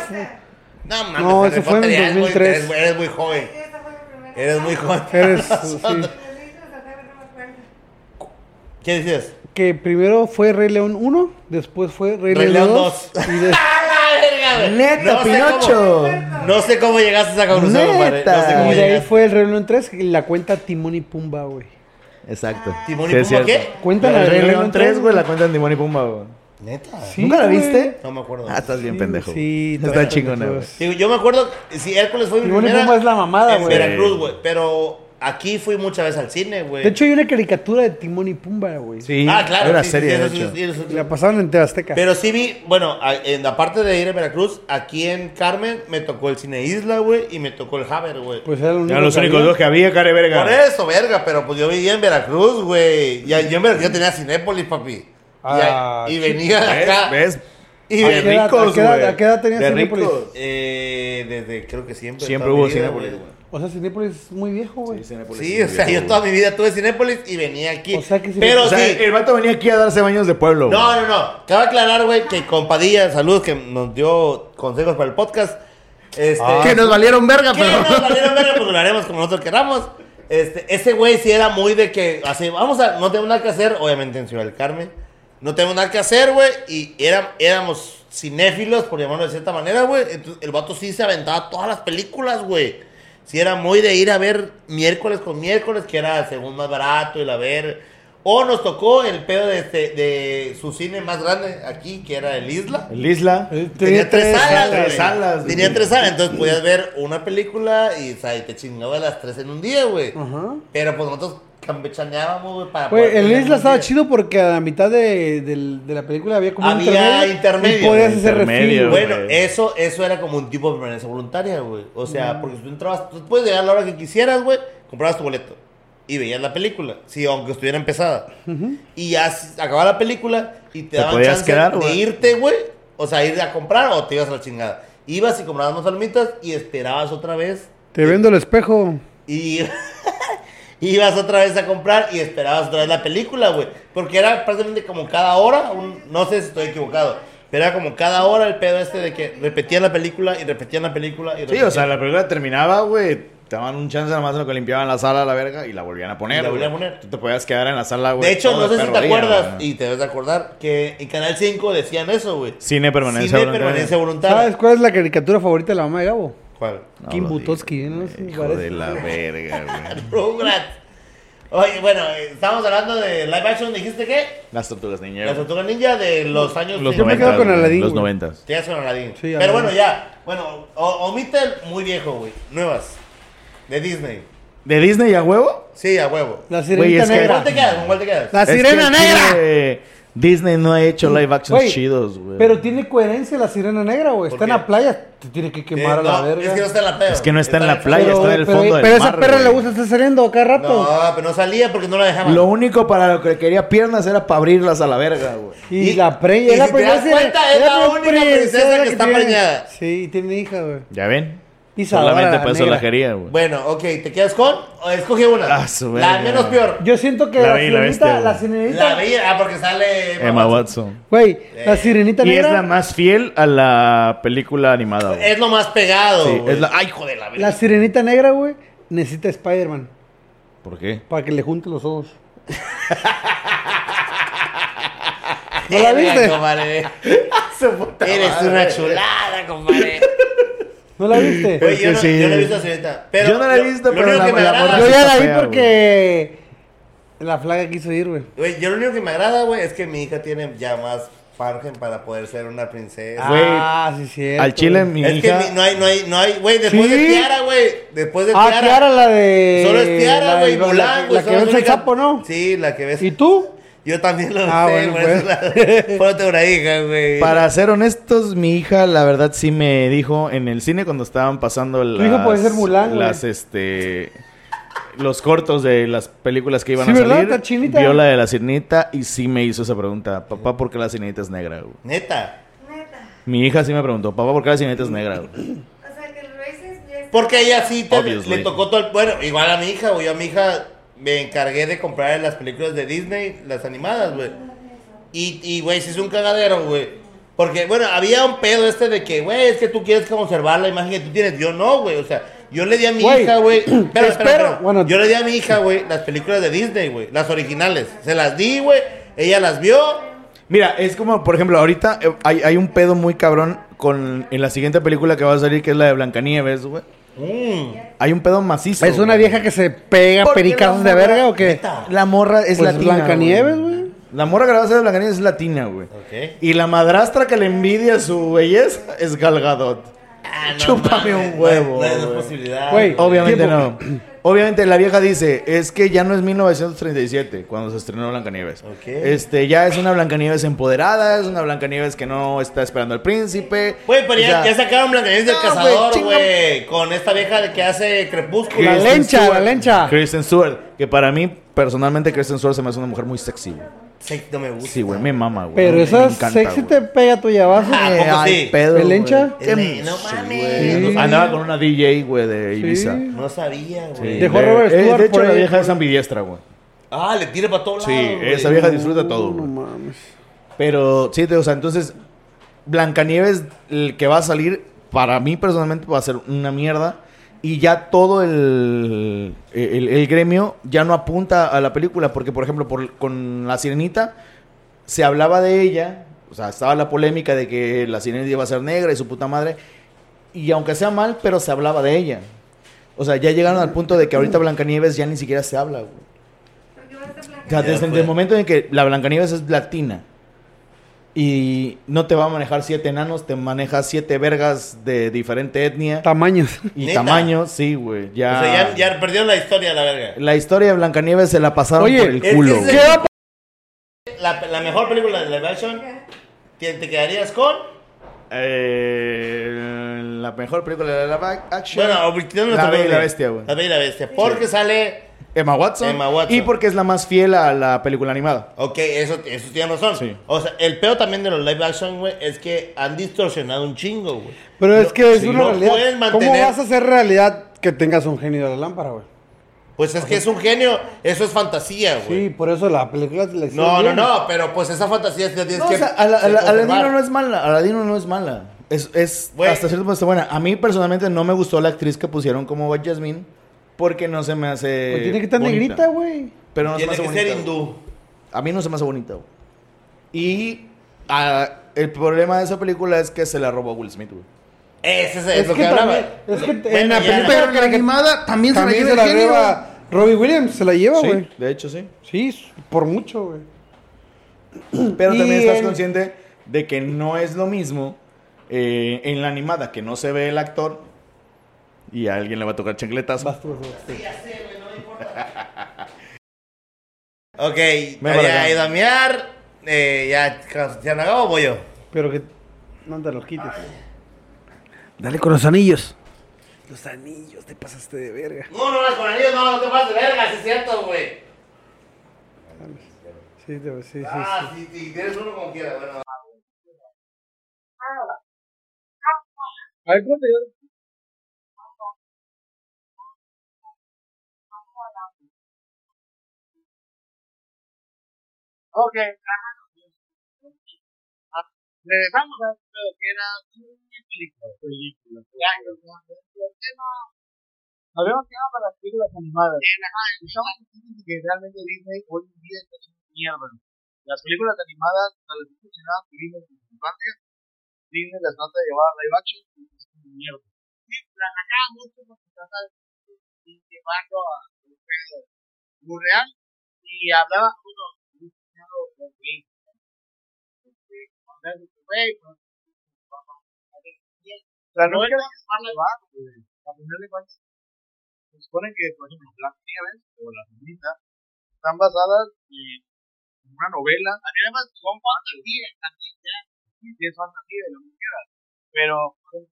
S1: No, mames,
S2: No,
S1: Harry
S2: ese fue en
S1: Potter ya es muy-
S2: 2003.
S1: Eres, eres muy joven.
S5: Esa fue la primera.
S1: Eres muy joven.
S2: Eres, sí.
S5: Los niños, o sea, no me acuerdo.
S1: ¿Qué dices?
S2: que primero fue Rey León 1, después fue Rey,
S1: Rey León
S2: León 2. y de-
S1: ¡A la verga, güey!
S4: Neta,
S1: No sé
S4: Pinocho.
S1: cómo- no sé cómo llegaste a esa conclusión, compadre. No sé
S4: Neta.
S1: cómo
S2: y de ahí
S1: llegaste.
S2: fue el Rey León 3, y la cuenta Timón y Pumba, güey.
S3: Exacto.
S1: Ah. ¿Timón y
S3: Sí, es
S1: Pumba
S3: cierto.
S1: qué?
S2: Cuéntala
S3: El
S2: de
S3: Rey
S2: Rey
S3: León
S2: León
S3: 3,
S2: tres,
S3: güey, la cuenta de Timón y Pumba, güey.
S1: Neta.
S2: Sí,
S4: ¿Nunca la
S2: güey.
S4: viste?
S1: No me acuerdo.
S3: Ah, estás bien
S2: Sí,
S3: pendejo.
S2: Sí,
S3: Está
S2: todavía
S3: chingona,
S2: pendejo.
S3: güey.
S1: Digo, yo me acuerdo, si Hércules fue mi
S2: Timón y
S1: primera.
S2: Pumba es la mamada,
S1: en
S2: güey.
S1: Veracruz, güey. Pero aquí fui muchas veces al cine, güey.
S2: De hecho, hay una caricatura de Timón y Pumba, güey.
S3: Sí.
S1: ah, claro.
S3: Era
S1: sí, sí,
S3: serie,
S1: sí,
S3: de
S1: eso sí,
S3: hecho.
S1: sí, eso sí.
S2: La pasaban en Tebasteca.
S1: Pero sí vi, bueno, a- en, aparte de ir a Veracruz, aquí en Carmen me tocó el Cine Isla, güey, y me tocó el Haber, güey.
S2: pues era lo único
S3: Eran los
S2: que
S3: únicos
S2: había.
S3: dos que había, care verga.
S1: Por eso, verga, pero pues yo vivía en Veracruz, güey. Ya- Yo en Veracruz yo tenía Cinépolis, papi. Y-
S2: Ah,
S1: y,
S2: sí.
S1: venía de
S3: ¿Ves?
S1: acá.
S3: ¿Ves?
S1: Y
S3: Ah,
S1: de
S2: qué edad-
S3: ricos,
S2: a qué edad-
S3: güey.
S2: a qué edad tenías
S3: De
S2: Cinépolis?
S3: ricos.
S1: Eh, desde creo que siempre.
S3: Siempre
S1: toda
S3: hubo
S1: mi vida,
S3: Cinépolis,
S2: O sea, Cinépolis es muy viejo, güey.
S1: Sí, o sea, yo toda mi vida tuve Cinépolis y venía aquí.
S2: O sea que sí-
S1: pero
S3: O sea, eh,
S1: sí.
S3: el vato venía aquí a darse baños de pueblo. güey.
S1: No, no, no. Cabe aclarar, güey, que compadilla, saludos, que nos dio consejos para el podcast. Este,
S4: Que nos valieron verga,
S1: que
S4: pero.
S1: nos valieron verga, pues lo haremos como nosotros queramos. Este, ese güey sí era muy de que, así, vamos a, no tenemos nada que hacer, obviamente en Ciudad del Carmen. No tenemos nada que hacer, güey, y era- éramos cinéfilos, por llamarlo de cierta manera, güey. Entonces, el vato sí se aventaba todas las películas, güey. Sí era muy de ir a ver miércoles con miércoles, que era según más barato, y la ver. O nos tocó el pedo de, este, de su cine más grande aquí, que era el Isla.
S3: El Isla.
S2: Él
S1: Tenía tres salas, güey.
S3: tres salas, güey.
S1: Tenía tres salas, entonces podías ver una película y, o sea, y te chingaba las tres en un día, güey.
S2: Ajá.
S1: Pero pues nosotros campechaneábamos, güey, para.
S2: Güey,
S1: poder
S2: el
S1: tener un
S2: Isla estaba
S1: día.
S2: chido porque a la mitad de, del- de la película había como
S1: Había intermedio,
S2: Y podías hacer
S3: intermedio,
S2: refil, güey.
S1: Bueno,
S3: güey.
S1: eso, eso era como un tipo de permanencia voluntaria, güey. O sea, porque tú entrabas, tú puedes llegar a la hora que quisieras, güey, comprabas tu boleto y veías la película, sí, aunque estuviera empezada. Y ya s- acababa la película y te,
S3: Te
S1: daban
S3: podías
S1: chance
S3: quedar,
S1: de
S3: güey.
S1: irte, güey. O sea, ir a comprar o te ibas a la chingada. Ibas y comprabas unas palomitas y esperabas otra vez
S2: Te vendo el espejo.
S1: Y ibas otra vez a comprar y esperabas otra vez la película, güey. Porque era prácticamente como cada hora, un- no sé si estoy equivocado, pero era como cada hora el pedo este de que repetían la película y repetían la película y
S3: Sí, o
S1: repetían.
S3: sea, la película terminaba, güey. Te daban un chance nada más en lo que limpiaban la sala, la verga, y la volvían a poner.
S1: Y la
S3: güey.
S1: volvían a poner.
S3: Tú te podías quedar en la sala, güey.
S1: de hecho,
S3: todo
S1: no
S3: el
S1: sé si te
S3: perro día,
S1: acuerdas,
S3: güey.
S1: y te debes de acordar, que en Canal 5 decían eso, güey.
S3: Cine permanencia
S1: Cine
S3: voluntaria.
S1: permanencia voluntaria.
S2: ¿Sabes cuál es la caricatura favorita de la mamá de Gabo?
S1: ¿Cuál?
S3: No
S2: Kim
S3: lo
S2: Butowski, ¿eh?
S3: digas,
S2: ¿no?
S3: güey,
S2: Sí,
S3: Hijo
S2: parece.
S3: de la verga, güey.
S1: Rugrats. Oye, bueno, eh, estamos hablando de live action, ¿dijiste qué?
S3: Las tortugas niñas.
S1: La Tortuga Ninja de los años...
S3: Los
S2: Yo me
S3: 90.
S2: quedo con Aladdin,
S3: Los
S2: güey.
S3: 90.
S1: Te hace con Aladdin.
S2: Sí,
S1: Pero
S2: Aladdin.
S1: bueno, ya. Bueno, o- omite el muy viejo, güey. Nuevas. De Disney.
S3: ¿De Disney a huevo?
S1: Sí, a huevo.
S2: La
S3: Güey,
S2: sirenita
S3: es que-
S1: ¿Con cuál
S2: negra.
S1: te quedas? ¿Con cuál te quedas?
S2: La
S3: Es que
S2: sirena
S3: el
S2: negra.
S3: chile, Disney no ha hecho live actions
S2: Güey,
S3: chidos, güey.
S2: Pero tiene coherencia la sirena negra, güey. Está en
S1: qué?
S2: la playa, te tiene que
S1: Eh,
S2: quemar
S1: no,
S2: a la verga.
S1: Es que no está en la playa.
S3: Es que no está en la
S1: el-
S3: playa, está en el fondo del
S2: pero
S3: mar,
S2: esa perra
S3: güey.
S2: le gusta estar saliendo a cada rato.
S1: No, pero no salía porque no la dejaban.
S2: Ah.
S3: Lo único para lo que quería piernas era para abrirlas a la verga, güey.
S2: Y,
S1: Y-
S2: la
S1: y
S2: preña.
S1: si te das cuenta, es la única princesa que está preñada.
S2: Sí, tiene hija, güey.
S3: ¿Ya ven?
S2: Y
S3: Solamente
S2: Salvador,
S3: para
S2: la
S3: eso
S2: negra.
S3: la quería, güey.
S1: Bueno, ok, ¿te quedas con? O Escoge una.
S3: Ah, su
S1: la
S3: verga.
S1: menos peor.
S2: Yo siento que
S3: La
S2: la,
S3: Bella y la
S2: sirenita,
S3: Bestia,
S2: la
S3: güey.
S1: La
S2: sirenita,
S1: veía, ah, porque sale
S3: Emma Watson.
S2: güey, la sirenita
S3: Y es
S2: negra,
S3: la más fiel a la película animada, güey.
S1: Es lo más pegado.
S3: Sí,
S1: güey.
S3: es la-
S1: Ay, hijo de la verga.
S2: la sirenita negra, güey, necesita a Spider-Man
S3: ¿Por qué?
S2: para que le junte los ojos. ¿No la viste?
S1: compadre. Eres una chulada, compadre.
S2: ¿No la viste?
S1: Oye,
S3: Es
S1: yo,
S3: que
S1: no,
S3: sí.
S1: yo no he visto a la señorita. Pero
S3: Yo no la he
S1: lo-
S3: visto,
S1: lo
S3: pero
S1: único
S3: la-
S1: que me
S3: la
S1: agrada-
S3: morra
S2: Yo ya la
S3: está
S2: vi
S3: fea, güey.
S2: porque la flaga quiso ir, güey.
S1: Güey, yo lo único que me agrada, güey, es que mi hija tiene ya más margen para poder ser una princesa.
S3: Güey,
S2: Ah, sí, cierto.
S3: Al chile,
S2: güey.
S3: mi
S1: es
S3: hija.
S1: que mi- no hay, no hay, no hay, güey, después
S2: Sí.
S1: de Tiara, güey, después de
S2: Ah,
S1: Tiara.
S2: Tiara, la de.
S1: Solo es
S2: la
S1: Tiara,
S2: de-
S1: güey,
S2: la-
S1: Mulan, güey.
S2: La que
S1: son las
S2: ves el
S1: únicas-
S2: sapo, ¿no?
S1: Sí, la que ves.
S2: ¿Y tú?
S1: Yo también lo
S2: Ah,
S1: sé,
S2: bueno,
S1: por eso la- por eso tengo una hija, güey.
S3: Para ser honestos, mi hija, la verdad, sí me dijo en el cine cuando estaban pasando las...
S2: hijo puede ser Mulan,
S3: Las,
S2: güey.
S3: este... Los cortos de las películas que iban
S2: Sí,
S3: a
S2: ¿verdad?
S3: salir.
S2: Está chinita.
S3: Vio la de la sirenita y sí me hizo esa pregunta. Papá, ¿por qué la sirenita es negra, güey?
S1: Neta.
S5: Neta.
S3: Mi hija sí me preguntó. Papá, ¿por qué la sirenita es negra, güey?
S5: O sea, que el Races ya está-
S1: Porque ella sí te-
S3: Obviously.
S1: le tocó todo el. Bueno, igual a mi hija, güey. Yo a mi hija me encargué de comprar las películas de Disney, las animadas, güey. Y, y, güey, sí es un cagadero, güey. Porque, bueno, había un pedo este de que, güey, es que tú quieres conservar la imagen que tú tienes. Yo no, güey. O sea, yo le di a mi
S2: Güey,
S1: hija, güey. Espera, espera,
S2: espero.
S1: espera.
S2: Bueno,
S1: yo le di a mi hija, güey, las películas de Disney, güey. Las originales. Se las di, güey. Ella las vio.
S3: Mira, es como, por ejemplo, ahorita eh, hay, hay un pedo muy cabrón con en la siguiente película que va a salir, que es la de Blancanieves, güey.
S1: Mm.
S3: Hay un pedo macizo.
S2: ¿Es una
S3: güey.
S2: vieja que se pega
S3: ¿Por qué
S2: pericazos de
S3: la morra-
S2: verga o qué?
S1: Neta.
S3: La morra es
S2: Pues
S3: latina.
S2: Blancanieves, güey.
S3: La morra que la va a hacer de Blancanieves es latina, güey.
S1: Ok.
S3: Y la madrastra que le envidia su belleza es Galgadot. Chúpame un huevo,
S1: Ah, No hay- no hay
S3: güey.
S1: posibilidad.
S2: Güey,
S3: Obviamente
S2: Tiempo.
S3: no. Obviamente la vieja dice, es que ya no es 1937 cuando se estrenó Blancanieves.
S1: Ok.
S3: Este, ya es una Blancanieves empoderada, es una Blancanieves que no está esperando al príncipe.
S1: Güey, pero
S3: O
S1: ya,
S3: sea,
S1: ya sacaron Blancanieves del
S3: no, güey,
S1: cazador,
S3: chinga-
S1: güey. Con esta vieja que hace crepúsculo.
S2: La
S3: Kristen
S2: lencha,
S3: Stewart-
S2: la lencha.
S3: Kristen Stewart, que para mí personalmente Kristen Stewart se me hace una mujer muy sexy. güey.
S1: Sí, no me gusta.
S3: Sí, güey, me mama, güey.
S2: Pero
S3: Me
S2: esa
S3: encanta,
S2: sexy
S3: güey.
S2: te pega tu llavazo.
S1: Ah,
S3: Eh,
S1: ¿a poco
S3: ay,
S1: sí?
S3: pedo,
S2: ¿El
S3: güey.
S2: lencha?
S1: Es
S3: Qué
S1: de- no
S3: sí,
S1: mames.
S3: güey.
S2: Sí.
S3: Andaba con una DJ, güey, de Ibiza.
S1: No sabía, güey.
S3: Sí,
S2: Dejó a
S3: le-
S2: Robert
S3: eh,
S2: Stewart
S3: De hecho,
S2: por
S3: la
S2: ahí.
S3: vieja es ambidiestra, güey.
S1: Ah, le tira para todos
S3: Sí,
S1: lados. güey.
S3: esa vieja disfruta todo,
S2: No
S3: güey.
S2: mames.
S3: Pero sí, te- o sea, entonces Blancanieves, el que va a salir, para mí personalmente va a ser una mierda. Y ya todo el, el, el gremio ya no apunta a la película. Porque, por ejemplo, por- con La Sirenita se hablaba de ella. O sea, estaba la polémica de que La Sirenita iba a ser negra y su puta madre. Y aunque sea mal, pero se hablaba de ella. O sea, ya llegaron al punto de que ahorita Blancanieves ya ni siquiera se habla, güey.
S5: Porque va a estar
S3: O sea,
S5: platicando.
S3: desde
S1: fue.
S3: el momento en que la Blancanieves es latina y no te va a manejar siete enanos, te maneja siete vergas de diferente etnia
S2: Tamaños.
S3: y
S1: ¿Neta?
S3: tamaño, sí, güey. Ya,
S1: O sea, ya, ya perdieron la historia, la verga.
S3: La historia de Blancanieves se la pasaron
S2: Oye,
S3: por el
S1: es-
S3: culo.
S1: es-
S3: güey.
S2: ¿Qué va a
S1: La, la mejor película de live action. ¿Te, te quedarías con?
S3: Eh, la mejor película de la live action.
S1: Bueno, obteniendo
S3: La Bella y la Bestia, güey.
S1: La Bella y la Bestia. Porque sale.
S3: Emma Watson.
S1: Emma Watson.
S3: Y porque es la más fiel a la película animada.
S1: Ok, eso, eso tiene razón.
S3: Sí.
S1: O sea, el peor también de los live action, güey, es que han distorsionado un chingo, güey.
S2: Pero es que es
S1: sí,
S2: una
S1: no
S2: realidad.
S1: puedes
S2: ¿Cómo
S1: mantener-
S2: vas a hacer realidad que tengas un genio de la lámpara, güey?
S1: Pues es que es un genio, eso es fantasía, güey.
S2: Sí, por eso la película la hicieron
S1: no, no,
S2: bien.
S1: no, pero pues esa fantasía es que tienes
S3: No,
S1: que.
S3: o sea, a la- a la-
S1: conservar.
S3: Aladino no es mala. Aladino no es mala. Es, es
S1: Güey.
S3: hasta cierto punto está buena. A mí personalmente no me gustó la actriz que pusieron como White Jasmine porque no se me hace.
S2: Pues tiene que estar
S3: bonita.
S2: negrita, güey.
S3: Pero no
S1: Tiene
S3: se
S1: que
S3: me hace
S1: ser
S3: bonita,
S1: hindú.
S3: güey. A mí no se me hace bonita. güey. Y ah, el problema de esa película es que se la robó Will Smith. güey.
S1: Ese es,
S2: Es
S1: lo que,
S2: que
S1: hablaba.
S2: también- es que
S1: Bueno,
S2: en la
S1: ya,
S2: película-
S4: Pero en la animada también,
S2: También
S4: se
S2: se
S4: la
S2: la
S4: lleva el genio.
S2: lleva Robbie Williams, se la lleva, güey.
S3: Sí, de hecho sí.
S2: Sí. por mucho, güey.
S3: Pero
S2: Y
S3: también estás
S2: el-
S3: consciente de que no es lo mismo eh, en la animada que no se ve el actor y a alguien le va a tocar chancletas.
S2: Vas tú, vas tú.
S1: Ok,
S3: Ven para
S1: ya
S3: acá.
S1: he ido a miar. Eh, ya, Cristiano Gabo, voy yo.
S2: Pero que no te los quites. Dale con los anillos. Los anillos, te pasaste de verga.
S1: No, no, no, con anillos no, no te vas de verga, sí es cierto, güey.
S2: Sí, te- sí, sí.
S1: Ah, sí, sí, tienes uno como quieras, bueno.
S6: Ok. Ah, regresamos a lo que era una película. película. Ya, ya, ya. El tema- Habíamos quedado para las películas animadas. Estamos diciendo que realmente Disney hoy en día está haciendo mierda. Las películas animadas, a las funcionadas que vimos en la infancia, Disney las trata de llevar a live action y es una mierda. Sí, las acaba mucho porque trata de llevarlo a lo real y hablaba uno un señor de gay. Este, hablaba de su güey, pues, vamos a ver qué es. La novela es mala, va, pues, a final de cuentas, se supone que, por ejemplo, las nieves o las niñitas están basadas en una novela. A mí además son fantasías, fantasías, y es fantasía de lo que quieras. Pero, pues,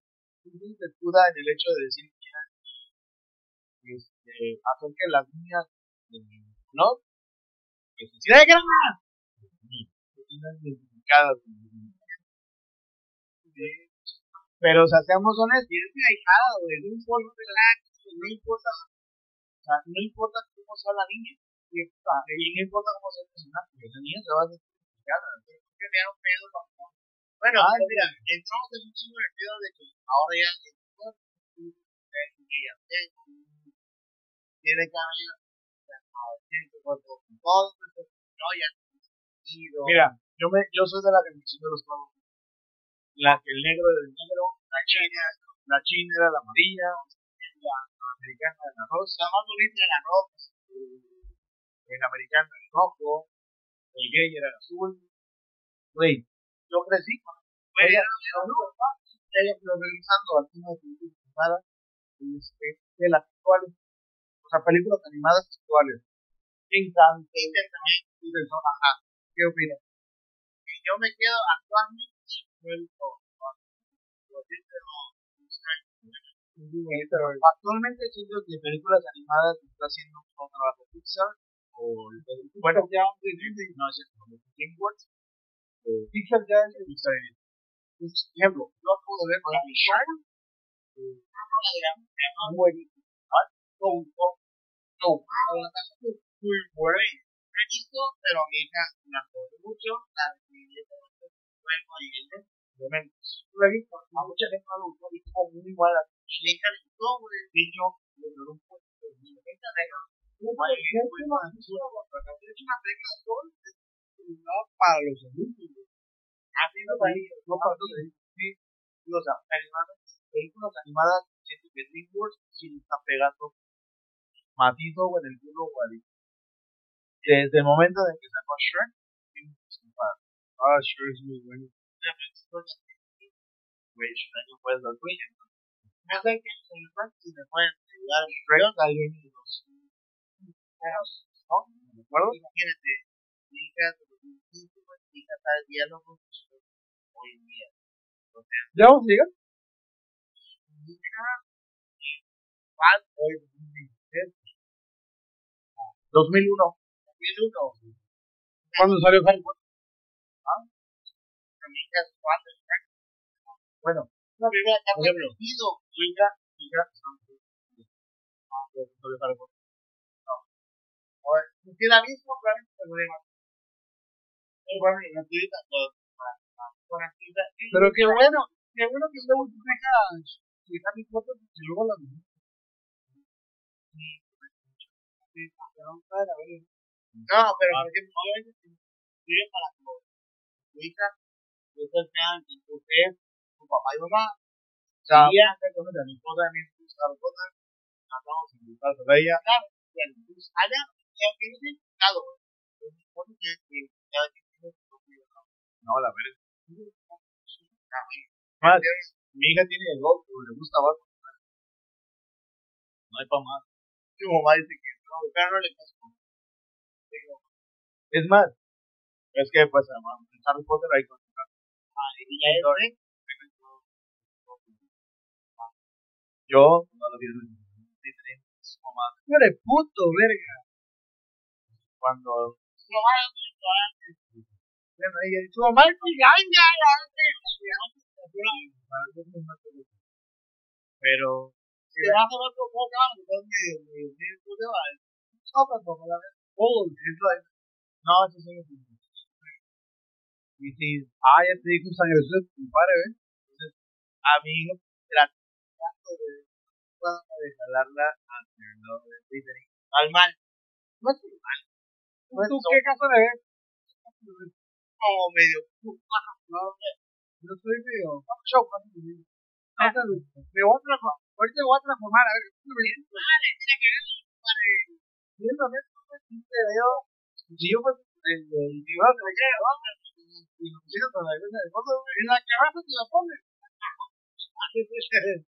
S6: Disney se escuda en el hecho de decir que este, hacer que las niñas eh, no que se integran pero o sea seamos honestos es mi ahijada güey no importa el acto, no importa o sea no importa cómo sea la niña y, o sea, y no importa cómo sea el personaje la niña se va a sentir identificada ¿no? que me da un pedo con- bueno pues, mira entramos en un chingo en el pedo de que ahora ya es es guía, es- tiene cabello o sea, tiene su cuerpo con todo, entonces, no ya chido. Mira, yo, me, yo soy de la generación de los todos. La que el negro era el negro, la china, la china era la amarilla, la americana era la rosa. La más bonita era la rosa. El americano era el rojo, el gay era el azul. Güey, yo crecí con Güey, era un Ya revisando algunas películas animadas este, de las actuales. O sea, películas animadas actuales. Encanto, y del sol, ajá. ¿Qué opinas? Que yo me quedo actualmente vuelto Actualmente siento que películas animadas está haciendo un trabajo Pixar o el bueno ya aunque Disney no es cierto DreamWorks Eh, Pixar ya es el Pixar Pues, por ejemplo yo acabo de ver la Shark muy buenísima no no no muy buena he visto, pero mi hija la jode mucho, la decidí buen movimiento. Obviamente, lo he visto, a mucha gente no le gustó, y como muy igual a mi hija le gustó, güey, el niño le duró un poco, pero mi hija le un movimiento, güey, es una es una regla sol, no para los adultos, güey. Así no para ellos, no para los adultos, sí, los animados, películas animadas, siento que DreamWorks sí le está pegando matizo, güey, en el culo, güey, desde el momento de que sacó Shrek, tengo que disculpar. Ah, Shrek es muy bueno. Ya, pero es cosa que, Güey, Shrek no puedes dar tuya. No sé qué es el Shrek, si me pueden ayudar a Shrek o alguien de los. ¿No? ¿De acuerdo? Imagínate, mi hija de 2015, pues mi hija está diálogo con Shrek hoy en día. O sea,
S2: ¿Ya vamos a llegar?
S6: mi hija, ¿cuál pues, hoy 2016? 2001. 2001.
S2: ¿Cuándo salió Harry Potter?
S6: ¿Ah? mi hija es fan del Shrek. Bueno, no, mi hija está muy metido. Mi hija, mi hija es fan del Shrek. Ah, pero no le parece. No. A ver, si tiene la misma, probablemente se puede más. Pero bueno, y no tiene tanto pues, para- para- para actividad.
S2: Pero qué
S6: bueno, qué bueno que luego tu hija que Harry Potter y luego la misma. No, pero por ejemplo, obviamente sirve para que tu hija ustedes vean que usted, su papá y mamá, sabían que cosas de mi esposa y mi esposa, las cosas, andamos en buscar de ella. Claro, bueno, pues allá, ya que no tiene claro, pues mi esposa que que ya que tiene su propio No, la verdad. Más, mi hija tiene el gol, pero le gusta más. No hay para más. Mi mamá dice que no, pero no le pasa. Es más, es que pues además, en Harry Potter hay cosas. Yo no lo vi
S2: Tú eres puto, verga.
S6: cuando. Bueno, ella dice, "Mamá, pues, ya, ya, ya, ya". Pero. Si vas a ver por boca, entonces, eh, eh, tú te vas. No, pues, como la ves. Oh, it's like, No, eso sí me gusta. Y si, ah, ya te dijo sangre sucia, compadre, ¿ves? Entonces, a mi hijo, tratando de, tratando de jalarla hacia el lado de Twitter. Al mal. No es mal.
S2: ¿Tú qué caso le ves?
S6: Como medio. Ajá, No, yo soy medio. Yo, Ah. me voy a transformar. Ahorita me voy a transformar. A ver, Madre, mira Ah, que madre. Viendo esto, pues, sí, pero yo. Si yo fuese el el privado que me llega de banda, y lo pusieron con la cabeza de fondo, en la cabeza te la pones. Así es.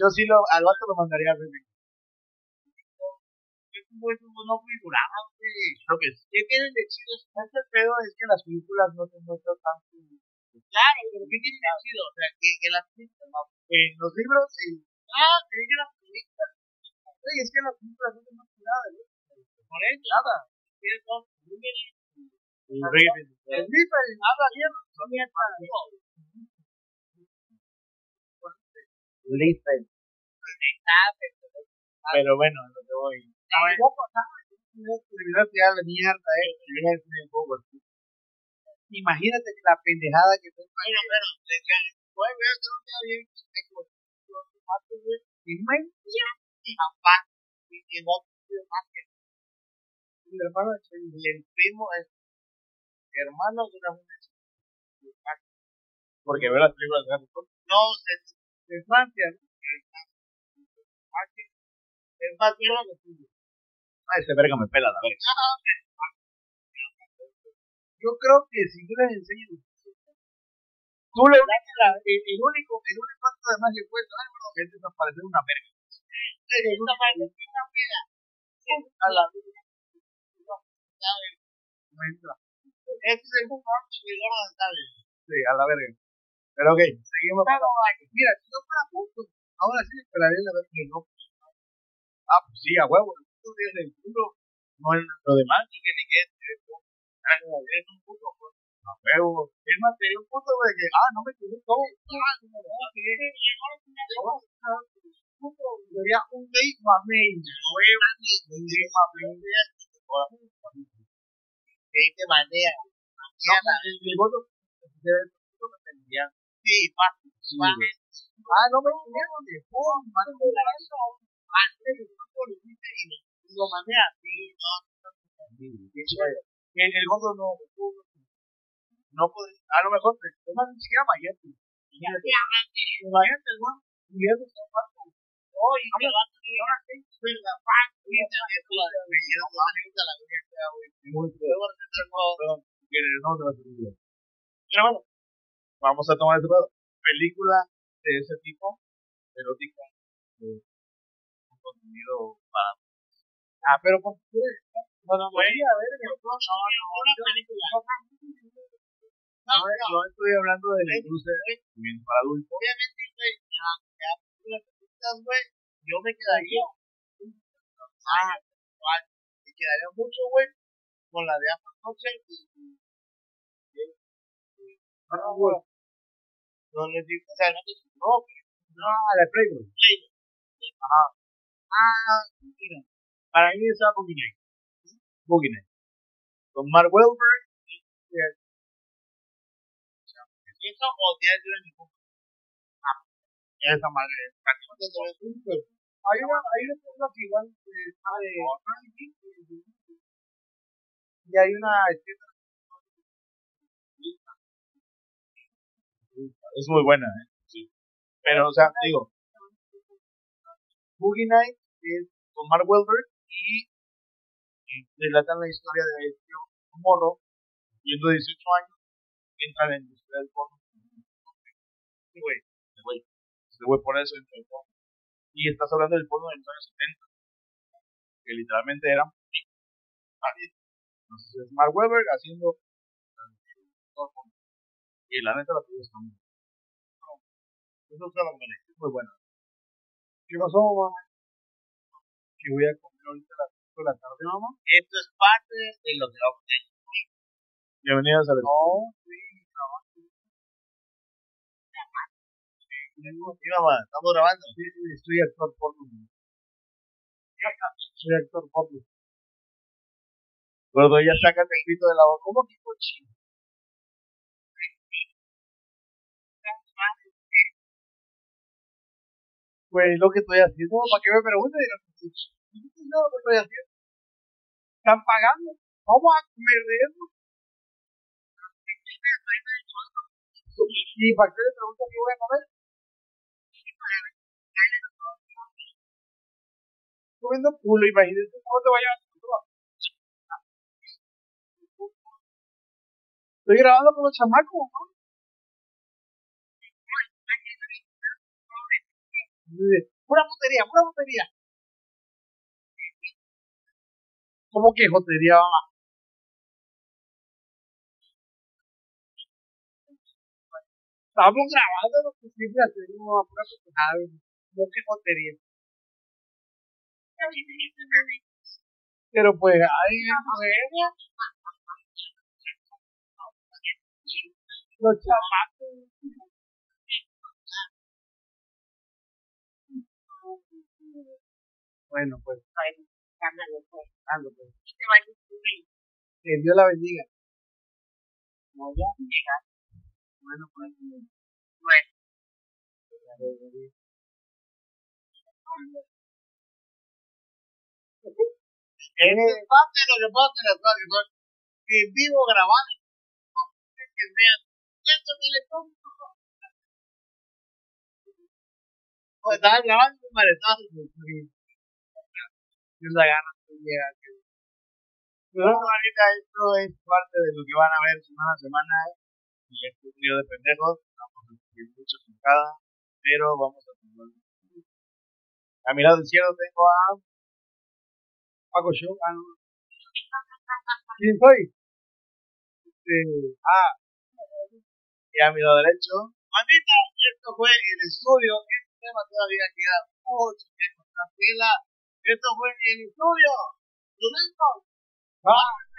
S6: Yo sí lo, al vato lo mandaría a ver es un buen mundo no figurado, güey. Lo que sí tienen de chido es este pedo es que las películas no te muestran tanto. Claro, pero ¿qué tiene de chido? O sea, que, que las películas, no. en los libros, el... ah, creí que las películas. Oye, es que las películas no te muestran nada, güey. Por eso, nada. Tienes dos Wolverine. El Riven, habla bien, no mienta. Listen. Pero bueno, no te voy. Imagínate que la pendejada que te Bueno, pero te cae. Güey, veo que no está bien. te equivocaste, güey. Y no hay día que jamás, y que no te más que- Mi hermano, el el primo es hermanos de una mujer Porque veo las películas de Harry Potter. No, de, de Francia, ¿no? Es más bien lo que tú. Ah, ese verga me pela la verga. Yo creo que si yo les enseño Tú le das la, el, el único, el único acto de magia que puedes dar es desaparecer una verga. Desaparecer una verga. A la verga. No, ya ves. No entra. Este es el mejor servidor de tarde. Sí, a la verga. Pero ok, seguimos. Mira, si yo fuera justo, ahora sí le esperaría la verga que no. Ah, pues sí, a huevo. Tú eres el culo. No es lo demás, ni que este, ni que es. Es un puto, pues. A huevo. Es más, te dio un puto, güey, que, ah, no me quedé todo. Ah, no me quedé puto. Sería un gay mamey. Huevo. Un gay mamey. Sí, te manea. No, el voto Sí, fácil. fácil. Ah, no me entiendo de forma. No me y lo mandé así. No, el, el gordo no. No puede. A lo mejor, pues, es más, ni siquiera Miami. Miami, ¿no? Miami está fácil. Oye, ¿qué va a hacer? Ahora sí, soy la fan. Oye, te voy a decir, güey, yo no me gusta la mierda, güey. Muy perdón. No te vas a olvidar. Pero bueno, vamos a tomar ese lado. Película de ese tipo, erótica, de un contenido para. Ah, pero ¿por qué? Bueno, voy a ver el otro. No, no, una película. No, yo estoy hablando de la industria para adultos. Obviamente, güey, ya, ya, películas, güey, yo me quedaría. Ah, igual, me quedaría mucho, güey, con la de Apple y. No, güey. No les digo, o sea, no te no, güey. No, la de Playboy. Playboy. Ajá. Ah, mira. Para mí está Boogie Night. Boogie Night. Con Mark Wahlberg y. eh, Eso o Días de la Ninguna. Ah, esa madre es prácticamente todo el mundo. Hay una, hay una película que igual eh, está de. Y hay una escena. Es muy buena, ¿eh? Sí. Pero, o sea, digo. Boogie Night es con Mark Wahlberg y y relatan la historia de este morro, siendo 18 años, que entra en la industria del porno. Este güey, este güey, este güey por eso entra el porno. Y estás hablando del porno de los años 70, que literalmente eran así. Entonces es Mark Webber haciendo porno. y la neta la película está muy buena. Eso es lo que es muy buena. ¿Qué pasó, mamá? Que voy a comer ahorita a las 5 de la tarde, mamá. Esto es parte de lo que va a obtener. Bienvenidos a ver. No, sí, no. Sí, mamá, estamos grabando. Sí, sí, soy actor porno. Soy actor porno. Gordo, ya saca el grito de la boca. ¿Cómo que cochino? Pues lo que estoy haciendo, ¿para qué me preguntas? pues, No, lo que estoy haciendo. Están pagando. Vamos a perderlo. ¿Y para qué le preguntas qué voy a comer? Comiendo culo, imagínate cómo te va a llevar tu culo. Estoy grabando con los chamacos, ¿no? Pura putería, pura putería. ¿Cómo que jotería, mamá? Estamos grabando lo que siempre hacemos, mamá, pura putería. No que jotería. Pero pues, ay, joder. Los chamacos. Bueno, pues. Ando, pues. Que Dios la bendiga. Bueno, pues. En el parte de lo que puedo hacer, en vivo grabando. que vean cuántos electrónicos son. O estaban Pues, grabando un maretazo, güey. porque- Que es la gana que llega. que- Pero no, ahorita esto es parte de lo que van a ver semana a semana. Y es un lío de pendejos. Vamos a tener mucha cada pero vamos a tener. A mi lado izquierdo tengo a. Paco Show. Ah, no. ¿Quién soy? Este, ah. Y a mi lado derecho. Maldita, esto fue el estudio. Este tema todavía queda mucho tiempo. Tranquila. Esto fue el estudio. ¿Lo Ah.